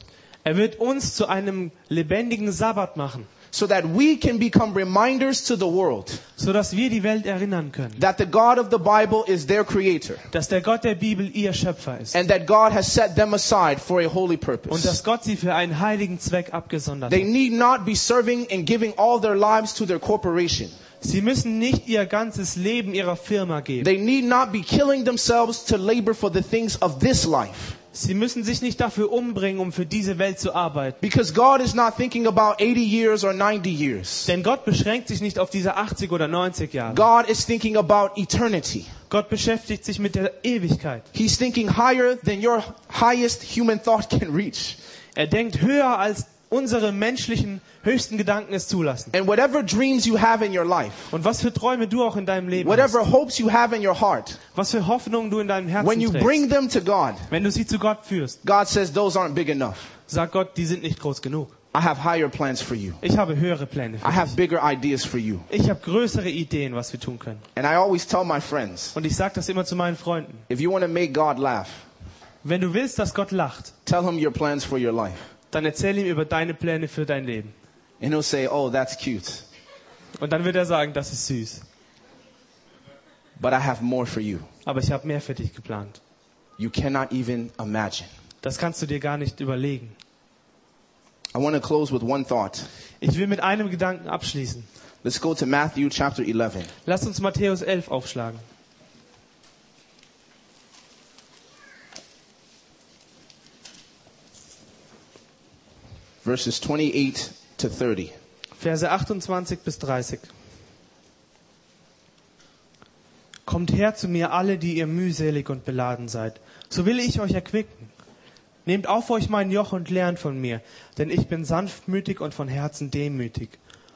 S2: er wird uns zu einem lebendigen Sabbat machen,
S1: so that we can become reminders to the world
S2: sodass wir die Welt erinnern können,
S1: that the God of the Bible is their creator
S2: dass der Gott der Bibel ihr Schöpfer ist
S1: and that God has set them aside for a holy
S2: und
S1: purpose.
S2: dass Gott sie für einen heiligen Zweck abgesondert
S1: They
S2: hat.
S1: need not be serving and giving all their lives to their corporation.
S2: Sie müssen nicht ihr ganzes Leben ihrer Firma geben.
S1: They need not be killing themselves to labor for the things of this life.
S2: Sie müssen sich nicht dafür umbringen, um für diese Welt zu arbeiten.
S1: Because God is not thinking about 80 years or 90 years.
S2: Denn Gott beschränkt sich nicht auf diese 80 oder 90 Jahre.
S1: God is thinking about eternity.
S2: Gott beschäftigt sich mit der Ewigkeit.
S1: He's thinking higher than your highest human thought can reach.
S2: Er denkt höher, als unsere menschlichen höchsten Gedanken es zulassen.
S1: And whatever dreams you have in your life,
S2: Und was für Träume du auch in deinem Leben
S1: whatever hopes you have in your heart,
S2: hast, was für Hoffnungen du in deinem Herzen
S1: when you
S2: trägst,
S1: bring them to God,
S2: wenn du sie zu Gott führst,
S1: God says those aren't big enough.
S2: sagt Gott, die sind nicht groß genug.
S1: I have higher plans for you.
S2: Ich habe höhere Pläne. Für
S1: I have bigger ideas for you.
S2: dich. Ich habe größere Ideen, was wir tun können.
S1: And I always tell my friends,
S2: Und ich sage das immer zu meinen Freunden.
S1: if you want to make God laugh,
S2: Wenn du willst, dass Gott lacht,
S1: tell him your plans for your life.
S2: dann erzähl ihm über deine Pläne für dein Leben.
S1: And he'll say, oh, that's cute,
S2: Und dann wird er sagen, das ist süß.
S1: but I have more for you.
S2: Aber ich habe mehr für dich geplant.
S1: You cannot even imagine.
S2: Das kannst du dir gar nicht überlegen.
S1: I want to close with one thought.
S2: Ich will mit einem Gedanken abschließen.
S1: Let's go to Matthew chapter 11.
S2: Lasst uns Matthäus 11 aufschlagen.
S1: verses 28 to 30.
S2: Verse 28 bis 30. Kommt her zu mir alle, die ihr mühselig und beladen seid, so will ich euch erquicken. Nehmt auf euch mein Joch und lernt von mir, denn ich bin sanftmütig und von Herzen demütig.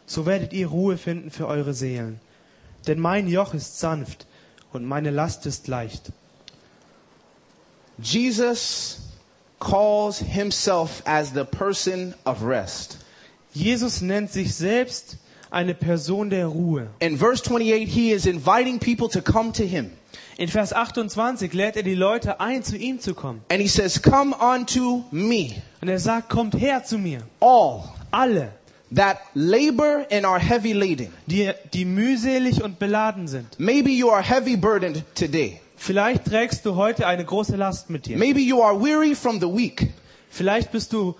S2: So werdet ihr Ruhe finden für eure Seelen. Denn mein Joch ist sanft und meine Last ist leicht.
S1: Jesus calls himself as the person of rest.
S2: Jesus nennt sich selbst eine Person der Ruhe.
S1: In verse 28, he is inviting people to come to him.
S2: In Vers 28 lädt er die Leute ein, zu ihm zu kommen.
S1: And he says, Come unto me,
S2: Und er sagt, kommt her zu mir.
S1: all
S2: Alle,
S1: that labor and are heavy laden.
S2: die, die mühselig und beladen sind.
S1: Maybe you are heavy burdened today.
S2: Vielleicht trägst du heute eine große Last mit dir.
S1: Maybe you are weary from the week.
S2: Vielleicht bist du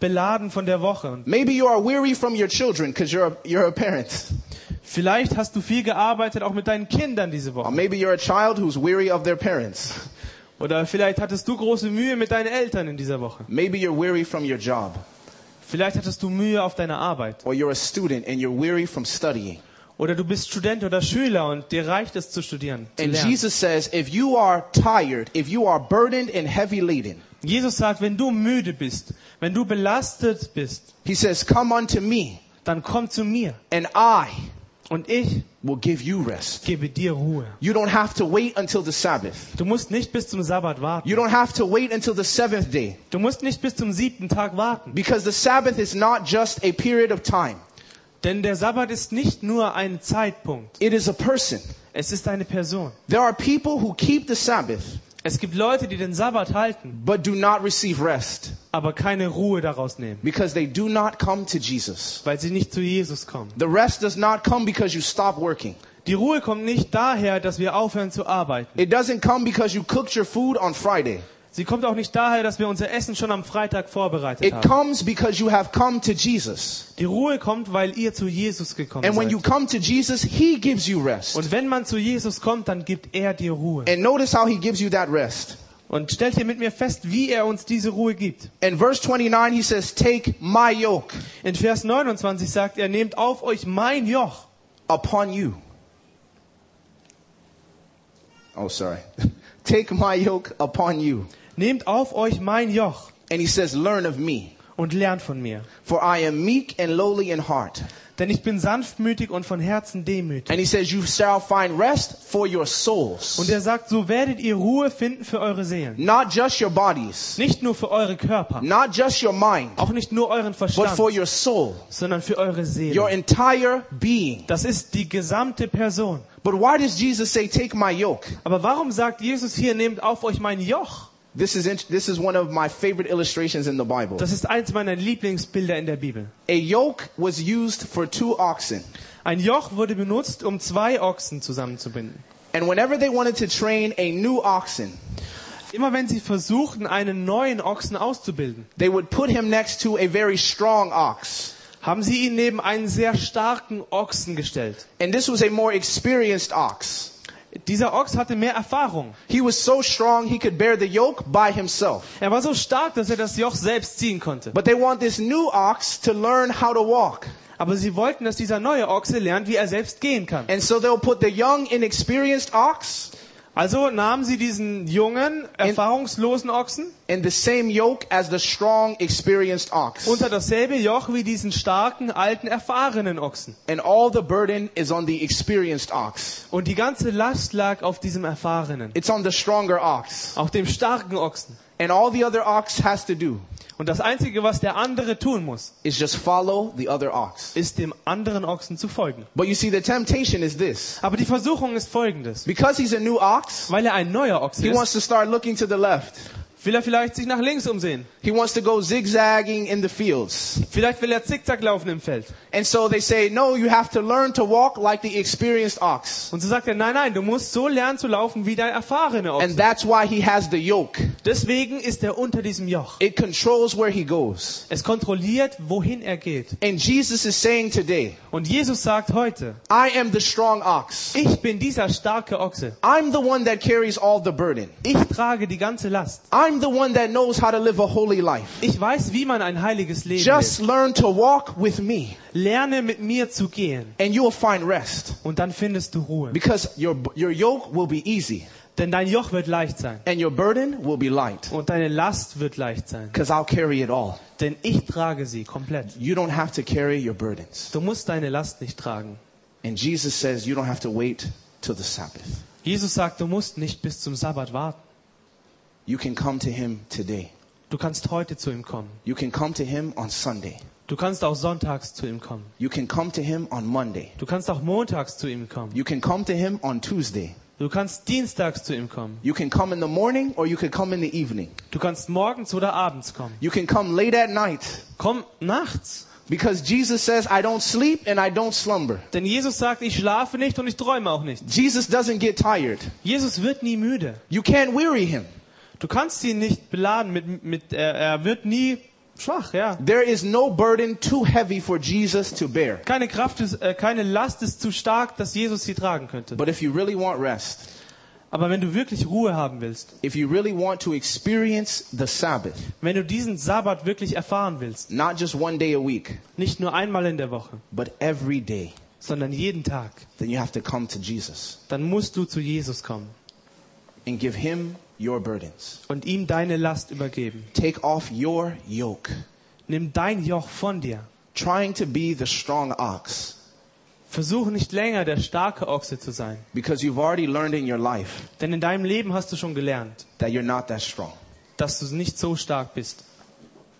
S2: beladen von der Woche. Und
S1: Maybe you are weary from your children because you're a, you're a parent.
S2: vielleicht hast du viel gearbeitet, auch mit deinen Kindern diese
S1: Or
S2: Woche.
S1: maybe you're a child who's weary of their parents.
S2: Oder vielleicht hattest du große Mühe mit deinen Eltern in dieser Woche.
S1: Maybe you're weary from your job.
S2: Vielleicht hattest du Mühe auf deiner Arbeit.
S1: Or you're a student and you're weary from studying.
S2: Oder du bist Student oder Schüler und dir reicht es zu studieren. Zu
S1: And
S2: lernen.
S1: Jesus says, if you are tired, if you are burdened and heavy laden,
S2: Jesus sagt, wenn du müde bist, wenn du belastet bist,
S1: he says, come unto me
S2: dann komm zu mir
S1: and I
S2: und ich
S1: will give you rest.
S2: gebe dir Ruhe.
S1: You don't have to wait until the Sabbath.
S2: Du musst nicht bis zum Sabbat warten.
S1: You don't have to wait until the seventh day
S2: Du musst nicht bis zum siebten Tag warten.
S1: because the Sabbath is not just a period of time.
S2: Denn der Sabbat ist nicht nur ein Zeitpunkt.
S1: It is a person.
S2: Es ist eine Person.
S1: There are people who keep the Sabbath
S2: Es gibt Leute, die den Sabbat halten,
S1: but do not receive rest
S2: aber keine Ruhe daraus nehmen,
S1: because they do not come to Jesus.
S2: weil sie nicht zu Jesus kommen.
S1: The rest does not come because you stop working.
S2: Die Ruhe kommt nicht daher, dass wir aufhören zu arbeiten.
S1: It doesn't come because you cooked your food on Friday.
S2: Sie kommt auch nicht daher, dass wir unser Essen schon am Freitag vorbereitet
S1: It
S2: haben.
S1: comes because you have come to Jesus.
S2: Die Ruhe kommt, weil ihr zu Jesus gekommen
S1: And when
S2: seid.
S1: you come to Jesus, He gives you rest.
S2: Und wenn man zu Jesus kommt, dann gibt er dir Ruhe.
S1: And notice how He gives you that rest.
S2: Und stellt hier mit mir fest, wie er uns diese Ruhe gibt.
S1: In verse 29, He says, Take my yoke
S2: In Vers 29 sagt er, nehmt auf euch mein Joch.
S1: upon you. Oh, sorry. [laughs] Take my yoke upon you.
S2: Nehmt auf euch mein Joch
S1: And He says, Learn of me,
S2: und lernt von mir.
S1: for I am meek and lowly in heart.
S2: Denn ich bin sanftmütig und von Herzen demütig.
S1: And He says, You shall find rest for your
S2: Und
S1: souls,
S2: er sagt, so werdet ihr Ruhe finden für eure Seelen.
S1: not just your bodies,
S2: Nicht nur für eure Körper,
S1: not just your mind,
S2: auch nicht nur euren
S1: but
S2: Verstand,
S1: for your soul.
S2: sondern für eure
S1: your
S2: Seele.
S1: entire being.
S2: Das ist die gesamte Person.
S1: But why does Jesus say, "Take my yoke"?
S2: Aber warum sagt Jesus hier, nehmt auf euch mein Joch?
S1: This is int- this is one of my favorite illustrations in the Bible.
S2: Das ist eins meiner Lieblingsbilder in der Bibel.
S1: A yoke was used for two oxen,
S2: Ein Joch wurde benutzt, um zwei Ochsen zusammenzubinden.
S1: and whenever they wanted to train a new oxen,
S2: Immer wenn sie versuchten, einen neuen Ochsen auszubilden,
S1: they would put him next to a very strong ox.
S2: haben sie ihn neben einen sehr starken Ochsen gestellt.
S1: And this was a more experienced ox.
S2: Dieser Ochs hatte mehr Erfahrung.
S1: He was so strong he could bear the yoke by himself.
S2: Er war so stark, dass er das Joch selbst ziehen konnte.
S1: But they want this new ox to learn how to walk.
S2: Aber sie wollten, dass dieser neue Ochse lernt, wie er selbst gehen kann.
S1: And so they'll put the young, inexperienced ox
S2: Also nahmen sie diesen jungen, erfahrungslosen Ochsen
S1: in the same yoke as the strong, experienced ox.
S2: unter dasselbe Joch wie diesen starken, alten, erfahrenen Ochsen.
S1: And all the burden is on the experienced ox.
S2: Und die ganze Last lag auf diesem erfahrenen,
S1: It's on the stronger ox.
S2: auf dem starken Ochsen.
S1: And all the other ox has to do
S2: Und das Einzige, was der andere tun muss,
S1: is just follow the other ox.
S2: ist dem anderen Ochsen zu folgen.
S1: But you see, the temptation is this.
S2: Aber die Versuchung ist folgendes.
S1: Because he's a new ox,
S2: Weil er ein neuer Ochse
S1: he
S2: ist,
S1: wants to start looking to the left.
S2: will er vielleicht sich nach links umsehen.
S1: He wants to go zigzagging in the fields.
S2: Vielleicht will er zickzack laufen im Feld.
S1: And so they say, no, you have to learn to walk like the experienced ox.
S2: Und so sagt er, nein, nein, du musst so lernen zu laufen wie dein erfahrener
S1: And
S2: Ochse.
S1: that's why he has the yoke.
S2: Deswegen ist er unter diesem Joch.
S1: It controls where he goes.
S2: Es kontrolliert, wohin er geht.
S1: And Jesus is saying today,
S2: Und Jesus sagt heute,
S1: I am the strong ox.
S2: ich bin dieser starke Ochse.
S1: I'm the one that carries all the burden.
S2: Ich trage die ganze Last.
S1: I'm the one that knows how to live a holy life.
S2: Ich weiß, wie man ein heiliges Leben
S1: Just learn to walk with me
S2: lebt. Lerne mit mir zu gehen
S1: and you will find rest
S2: und dann findest du Ruhe.
S1: because your, your yoke will be easy
S2: Denn dein Joch wird leicht sein
S1: and your burden will be light
S2: und deine Last wird leicht sein.
S1: because I'll carry it all.
S2: Denn ich trage sie komplett.
S1: You don't have to carry your burdens.
S2: Du musst deine Last nicht tragen.
S1: And Jesus says you don't have to wait till the Sabbath.
S2: Jesus sagt, du musst nicht bis zum Sabbat warten.
S1: You can come to him today.
S2: Du kannst heute zu ihm kommen.
S1: You can come to him on Sunday.
S2: Du kannst auch sonntags zu ihm kommen.
S1: You can come to him on Monday.
S2: Du kannst auch montags zu ihm kommen.
S1: You can come to him on Tuesday.
S2: Du kannst dienstags zu ihm kommen.
S1: You can come in the morning or you can come in the evening.
S2: Du kannst morgens oder abends kommen.
S1: You can come late at night
S2: Komm nachts.
S1: because Jesus says, I don't sleep and I don't slumber.
S2: Denn Jesus sagt, ich schlafe nicht und ich träume auch nicht.
S1: Jesus doesn't get tired.
S2: Jesus wird nie müde.
S1: You can't weary him.
S2: Du kannst ihn nicht beladen mit, mit er, er wird nie schwach, ja.
S1: There is no burden too heavy for Jesus to bear.
S2: Keine Kraft ist, äh, keine Last ist zu stark, dass Jesus sie tragen könnte.
S1: But if you really want rest,
S2: Aber wenn du wirklich Ruhe haben willst,
S1: if you really want to experience the Sabbath,
S2: wenn du diesen Sabbat wirklich erfahren willst,
S1: not just one day a week,
S2: nicht nur einmal in der Woche,
S1: but every day,
S2: sondern jeden Tag,
S1: then you have to come to Jesus
S2: dann musst du zu Jesus kommen
S1: and give him your burdens.
S2: und ihm deine Last übergeben.
S1: Take off your yoke.
S2: Nimm dein Joch von dir.
S1: Trying to be the strong ox
S2: Versuche nicht länger der starke Ochse zu sein,
S1: because you've already learned in your life
S2: denn in deinem Leben hast du schon gelernt,
S1: that you're not that strong.
S2: dass du nicht so stark bist.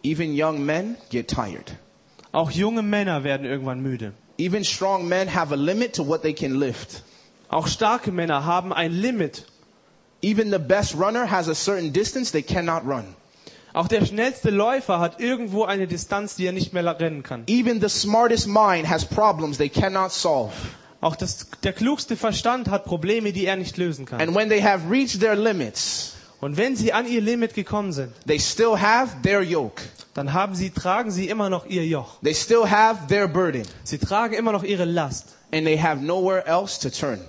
S1: Even young men get tired.
S2: Auch junge Männer werden irgendwann müde.
S1: Even strong men have a limit to what they can lift.
S2: Auch starke Männer haben ein Limit.
S1: Even the best runner has a certain distance they cannot run.
S2: Auch der schnellste Läufer hat irgendwo eine Distanz, die er nicht mehr rennen kann.
S1: Even the smartest mind has problems they cannot solve.
S2: Auch das, der klugste Verstand hat Probleme, die er nicht lösen kann.
S1: And when they have reached their limits,
S2: Und wenn sie an ihr Limit gekommen sind,
S1: they still have their yoke.
S2: dann haben sie, tragen sie immer noch ihr Joch.
S1: They still have their burden.
S2: Sie tragen immer noch ihre Last.
S1: And they have nowhere else to turn.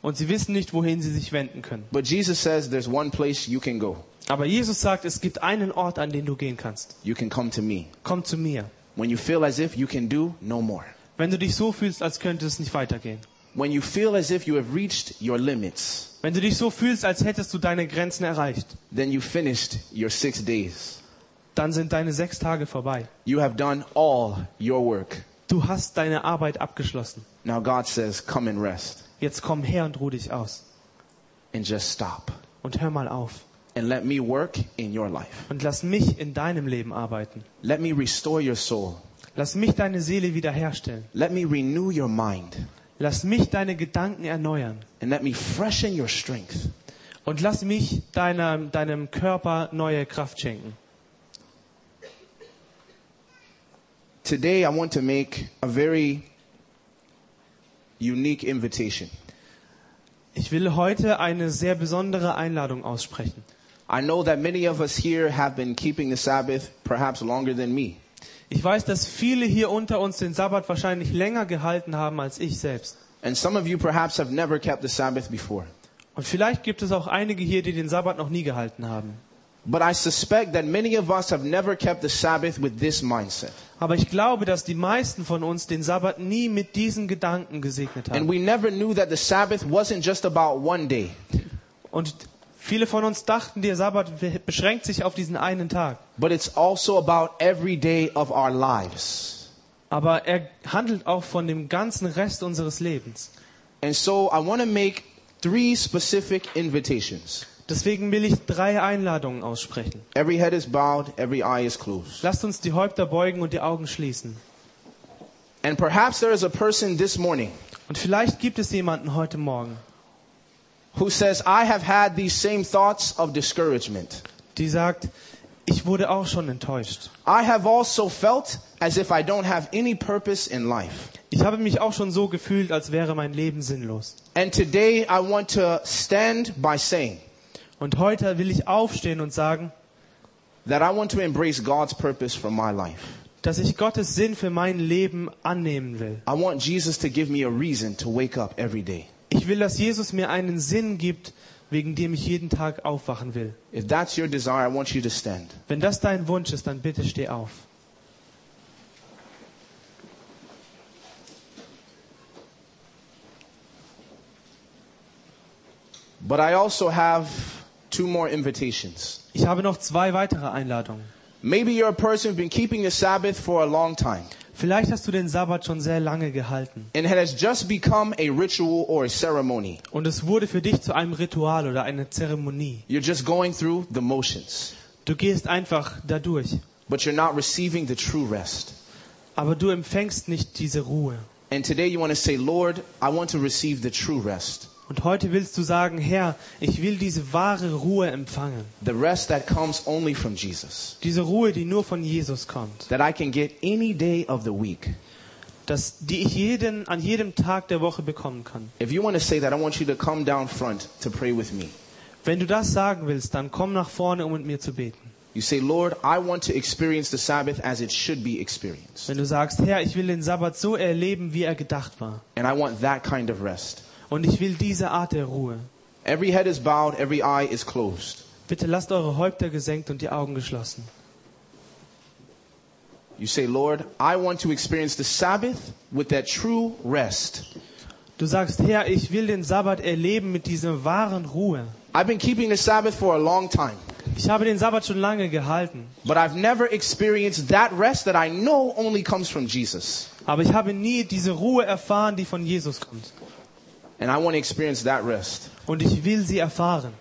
S2: Und sie wissen nicht, wohin sie sich wenden können.
S1: But Jesus says there's one place you can go.
S2: Aber Jesus sagt, es gibt einen Ort, an den du gehen kannst.
S1: You can come to me.
S2: Komm zu mir.
S1: When you feel as if you can do no more.
S2: Wenn du dich so fühlst, als könnte es nicht weitergehen.
S1: When you feel as if you have reached your limits,
S2: Wenn du dich so fühlst, als hättest du deine Grenzen erreicht,
S1: then you finished your six days.
S2: dann sind deine sechs Tage vorbei.
S1: You have done all your work.
S2: Du hast deine Arbeit abgeschlossen.
S1: Now God says, come and rest
S2: Jetzt komm her und ruh dich aus.
S1: and just stop
S2: Und hör mal auf.
S1: and let me work in your life.
S2: Und lass mich in deinem Leben arbeiten.
S1: Let me restore your soul.
S2: Lass mich deine Seele wiederherstellen.
S1: Let me renew your mind
S2: Lass mich deine Gedanken erneuern.
S1: and let me freshen your strength.
S2: Und lass mich deiner, deinem Körper neue Kraft schenken.
S1: Today I want to make a very unique invitation.
S2: Ich will heute eine sehr besondere Einladung aussprechen.
S1: I know that many of us here have been keeping the Sabbath perhaps longer than me.
S2: Ich weiß, dass viele hier unter uns den Sabbat wahrscheinlich länger gehalten haben als ich selbst.
S1: And some of you perhaps have never kept the Sabbath before.
S2: Und vielleicht gibt es auch einige hier, die den Sabbat noch nie gehalten haben.
S1: But I suspect that many of us have never kept the Sabbath with this mindset.
S2: Aber ich glaube, dass die meisten von uns den Sabbat nie mit diesen Gedanken gesegnet
S1: And
S2: haben.
S1: we never knew that the Sabbath wasn't just about one day.
S2: Und viele von uns dachten, der Sabbat beschränkt sich auf diesen einen Tag.
S1: but it's also about every day of our lives.
S2: Aber er handelt auch von dem ganzen Rest unseres Lebens.
S1: And so I want to make three specific invitations.
S2: Deswegen will ich drei Einladungen aussprechen.
S1: Every head is bowed, every eye is closed.
S2: Lasst uns die Häupter beugen und die Augen schließen.
S1: And perhaps there is a person this morning
S2: Und vielleicht gibt es jemanden heute Morgen,
S1: who says, I have had these same thoughts of discouragement.
S2: die sagt, ich wurde auch schon enttäuscht.
S1: I have also felt as if I don't have any purpose in life.
S2: Ich habe mich auch schon so gefühlt, als wäre mein Leben sinnlos.
S1: And today I want to stand by saying
S2: Und heute will ich aufstehen und sagen,
S1: that I want to embrace God's purpose for my life.
S2: dass ich Gottes Sinn für mein Leben annehmen will.
S1: I want Jesus to give me a reason to wake up every day.
S2: Ich will, dass Jesus mir einen Sinn gibt, wegen dem ich jeden Tag aufwachen will.
S1: If that's your desire, I want you to stand.
S2: Wenn das dein Wunsch ist, dann bitte steh auf.
S1: But I also have two more invitations.
S2: Ich habe noch zwei weitere Einladungen.
S1: Maybe you're a person who's been keeping the Sabbath for a long time
S2: Vielleicht hast du den Sabbat schon sehr lange gehalten
S1: and it has just become a ritual or a ceremony.
S2: und es wurde für dich zu einem Ritual oder einer Zeremonie.
S1: You're just going through the motions,
S2: Du gehst einfach dadurch,
S1: but you're not receiving the true rest.
S2: aber du empfängst nicht diese Ruhe.
S1: And today you want to say, Lord, I want to receive the true rest.
S2: Und heute willst du sagen, Herr, ich will diese wahre Ruhe empfangen.
S1: The rest that comes only from Jesus,
S2: Diese Ruhe, die nur von Jesus kommt.
S1: that I can get any day of the week.
S2: das, die ich jeden, an jedem Tag der Woche bekommen kann.
S1: If you want to say that, I want you to come down front to pray with me.
S2: Wenn du das sagen willst, dann komm nach vorne, um mit mir zu beten.
S1: You say, Lord, I want to experience the Sabbath as it should be experienced.
S2: Wenn du sagst, Herr, ich will den Sabbat so erleben, wie er gedacht war.
S1: And I want that kind of rest.
S2: Und ich will diese Art der Ruhe.
S1: Every head is bowed, every eye is closed.
S2: Bitte lasst eure Häupter gesenkt und die Augen geschlossen.
S1: You say, Lord, I want to experience the Sabbath with that true rest.
S2: Du sagst, Herr, ich will den Sabbat erleben mit dieser wahren Ruhe.
S1: I've been keeping the Sabbath for a long time,
S2: Ich habe den Sabbat schon lange gehalten,
S1: but I've never experienced that rest that I know only comes from Jesus.
S2: aber ich habe nie diese Ruhe erfahren, die von Jesus kommt.
S1: And I want to experience that rest.
S2: Und ich will sie erfahren.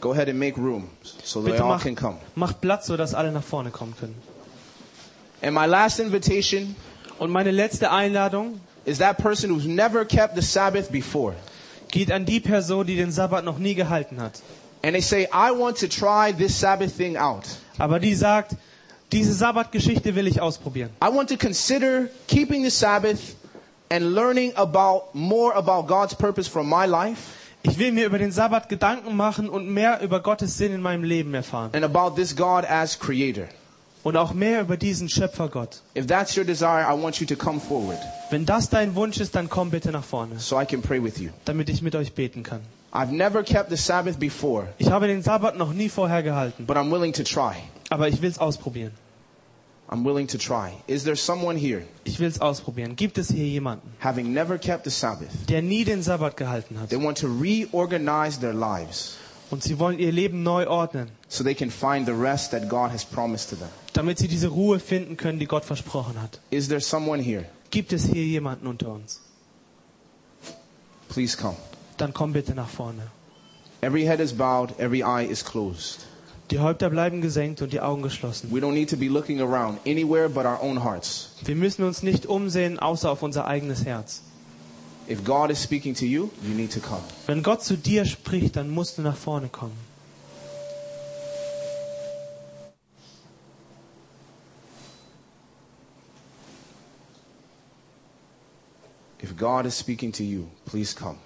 S1: Go ahead and make room so they
S2: Bitte
S1: all
S2: macht,
S1: can come.
S2: macht Platz, sodass alle nach vorne kommen können.
S1: And my last invitation
S2: Und meine letzte Einladung
S1: is that person who's never kept the Sabbath before.
S2: geht an die Person, die den Sabbat noch nie gehalten hat.
S1: And they say, I want to try this Sabbath thing out.
S2: Aber die sagt, diese Sabbatgeschichte will ich ausprobieren.
S1: I want to consider keeping the Sabbath and learning about more about God's purpose for my life
S2: Ich will mir über den Sabbat Gedanken machen und mehr über Gottes Sinn in meinem Leben erfahren.
S1: and about this God as creator.
S2: Und auch mehr über diesen Schöpfer Gott.
S1: If that's your desire, I want you to come forward
S2: Wenn das dein Wunsch ist, dann komm bitte nach vorne,
S1: so I can pray with you.
S2: damit ich mit euch beten kann.
S1: I've never kept the Sabbath before,
S2: Ich habe den Sabbat noch nie vorher gehalten,
S1: but I'm willing to try.
S2: aber ich will es ausprobieren.
S1: I'm willing to try. Is there someone here
S2: Ich will es ausprobieren. Gibt es hier jemanden,
S1: having never kept the Sabbath?
S2: der nie den Sabbat gehalten hat
S1: They want to reorganize their lives
S2: und sie wollen ihr Leben neu ordnen,
S1: so they can find the rest that God has promised to them.
S2: damit sie diese Ruhe finden können, die Gott versprochen hat?
S1: Is there someone here?
S2: Gibt es hier jemanden unter uns?
S1: Please come.
S2: Dann komm bitte nach vorne.
S1: Every head is bowed, every eye is closed.
S2: Die Häupter bleiben gesenkt und die Augen geschlossen.
S1: We don't need to be looking around anywhere but our own hearts.
S2: Wir müssen uns nicht umsehen, außer auf unser eigenes Herz.
S1: If God is speaking to you, you need to come.
S2: Wenn Gott zu dir spricht, dann musst du nach vorne kommen.
S1: If God is speaking to you, please come.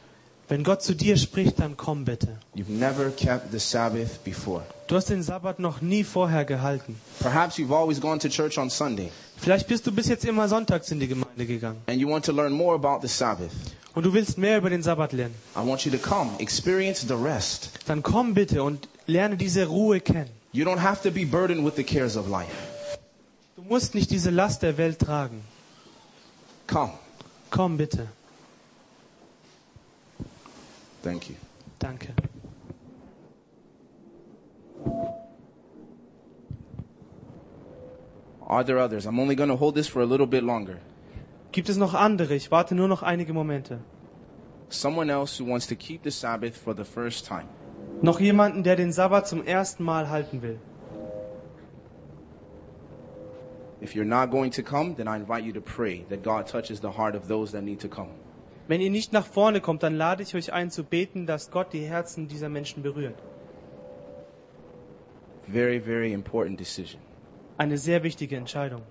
S2: Wenn Gott zu dir spricht, dann komm bitte.
S1: You've never kept the Sabbath before.
S2: Du hast den Sabbat noch nie vorher gehalten.
S1: Perhaps you've always gone to church on Sunday
S2: Vielleicht bist du bis jetzt immer sonntags in die Gemeinde gegangen
S1: and you want to learn more about the Sabbath.
S2: und du willst mehr über den Sabbat lernen.
S1: I want you to come, experience the rest.
S2: Dann komm bitte und lerne diese Ruhe kennen.
S1: You don't have to be burdened with the cares of life.
S2: Du musst nicht diese Last der Welt tragen.
S1: Come.
S2: Komm bitte.
S1: Thank you.
S2: Danke.
S1: Are there others? I'm only going to hold this for a little bit longer.
S2: Gibt es noch andere? Ich warte nur noch einige Momente.
S1: Someone else who wants to keep the Sabbath for the first time.
S2: Noch jemanden, der den Sabbat zum ersten Mal halten will.
S1: If you're not going to come, then I invite you to pray that God touches the heart of those that need to come.
S2: Wenn ihr nicht nach vorne kommt, dann lade ich euch ein zu beten, dass Gott die Herzen dieser Menschen berührt.
S1: Very, very important decision.
S2: Eine sehr wichtige Entscheidung.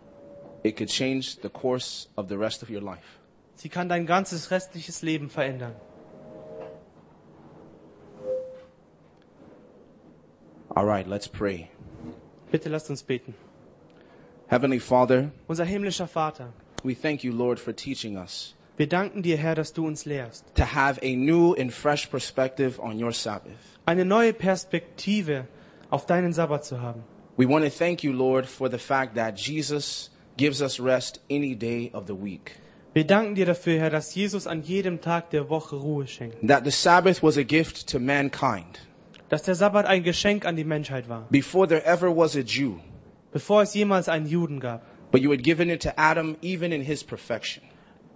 S1: It could change the course of the rest of your life.
S2: Sie kann dein ganzes restliches Leben verändern.
S1: All right, let's pray.
S2: Bitte lasst uns beten.
S1: Heavenly Father,
S2: Unser himmlischer Vater,
S1: we thank you, Lord, for teaching us
S2: wir danken dir, Herr, dass du uns lehrst.
S1: to have a new and fresh perspective on your Sabbath.
S2: Eine neue Perspektive auf deinen Sabbat zu haben.
S1: We want to thank you, Lord, for the fact that Jesus gives us rest any day of the week.
S2: Wir danken dir dafür, Herr, dass Jesus an jedem Tag der Woche Ruhe schenkt.
S1: That the Sabbath was a gift to mankind.
S2: Dass der Sabbat ein Geschenk an die Menschheit war,
S1: Before there ever was a Jew,
S2: bevor es jemals einen Juden gab.
S1: but you had given it to Adam even in his perfection.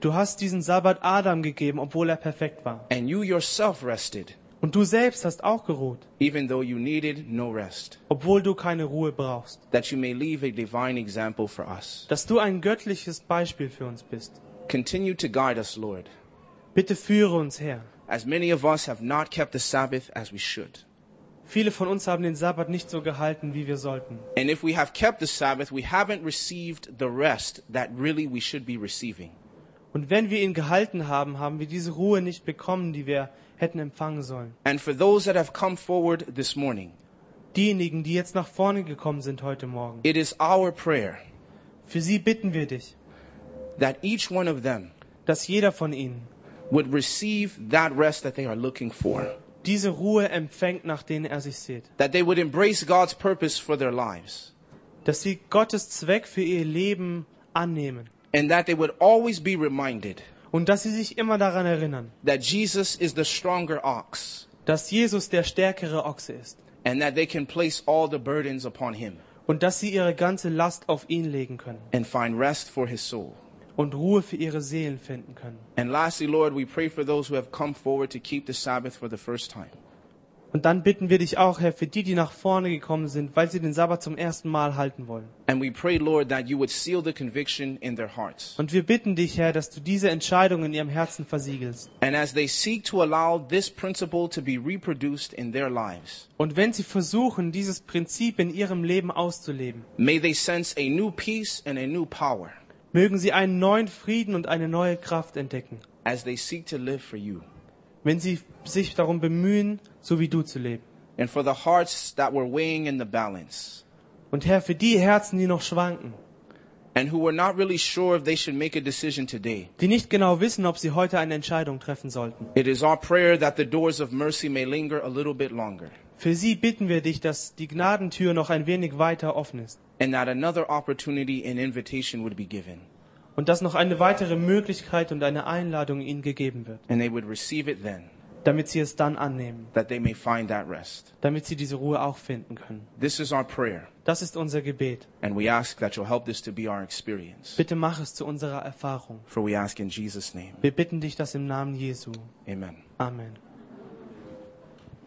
S2: Du hast diesen Sabbat Adam gegeben, obwohl er perfekt war.
S1: And you yourself rested,
S2: Und du selbst hast auch geruht,
S1: even though you needed no rest,
S2: obwohl du keine Ruhe brauchst.
S1: that you may leave a divine example for us.
S2: Dass du ein göttliches Beispiel für uns bist.
S1: Continue to guide us, Lord,
S2: Bitte führe uns her.
S1: as many of us have not kept the Sabbath as we should.
S2: Viele von uns haben den Sabbat nicht so gehalten, wie wir sollten.
S1: And if we have kept the Sabbath, we haven't received the rest that really we should be receiving.
S2: Und wenn wir ihn gehalten haben, haben wir diese Ruhe nicht bekommen, die wir hätten empfangen sollen.
S1: And for those that have come forward this morning,
S2: Diejenigen, die jetzt nach vorne gekommen sind heute Morgen,
S1: it is our prayer
S2: für sie bitten wir dich,
S1: that each one of them
S2: dass jeder von ihnen
S1: would receive that rest that they are looking for,
S2: diese Ruhe empfängt, nach denen er sich sehnt.
S1: that they would embrace God's purpose for their lives,
S2: Dass sie Gottes Zweck für ihr Leben annehmen.
S1: and that they would always be reminded
S2: Und dass sie sich immer daran erinnern,
S1: that Jesus is the stronger ox
S2: dass Jesus der stärkere Ochse ist.
S1: and that they can place all the burdens upon him
S2: Und dass sie ihre ganze Last auf ihn legen können.
S1: and find rest for his soul.
S2: Und Ruhe für ihre Seelen finden können.
S1: And lastly, Lord, we pray for those who have come forward to keep the Sabbath for the first time.
S2: Und dann bitten wir dich auch, Herr, für die, die nach vorne gekommen sind, weil sie den Sabbat zum ersten Mal halten wollen.
S1: And we pray, Lord, that you would seal the conviction in their hearts.
S2: Und wir bitten dich, Herr, dass du diese Entscheidung in ihrem Herzen versiegelst.
S1: And as they seek to allow this principle to be reproduced in their lives,
S2: Und wenn sie versuchen, dieses Prinzip in ihrem Leben auszuleben,
S1: may they sense a new peace and a new power
S2: mögen sie einen neuen Frieden und eine neue Kraft entdecken,
S1: as they seek to live for you.
S2: wenn sie sich darum bemühen, so wie du zu leben.
S1: And for the hearts that were weighing in the balance
S2: Und Herr, für die Herzen, die noch schwanken,
S1: and who were not really sure if they should make a decision today,
S2: die nicht genau wissen, ob sie heute eine Entscheidung treffen sollten,
S1: it is our prayer that the doors of mercy may linger a little bit longer
S2: für sie bitten wir dich, dass die Gnadentür noch ein wenig weiter offen ist
S1: and that another opportunity and invitation would be given
S2: und dass noch eine weitere Möglichkeit und eine Einladung ihnen gegeben wird,
S1: and they would receive it then
S2: damit sie es dann annehmen,
S1: that they may find that rest.
S2: damit sie diese Ruhe auch finden können.
S1: This is our prayer.
S2: Das ist unser Gebet.
S1: And we ask that you'll help this to be our experience.
S2: Bitte mach es zu unserer Erfahrung.
S1: For we ask in Jesus' name.
S2: Wir bitten dich das im Namen Jesu.
S1: Amen.
S2: Amen.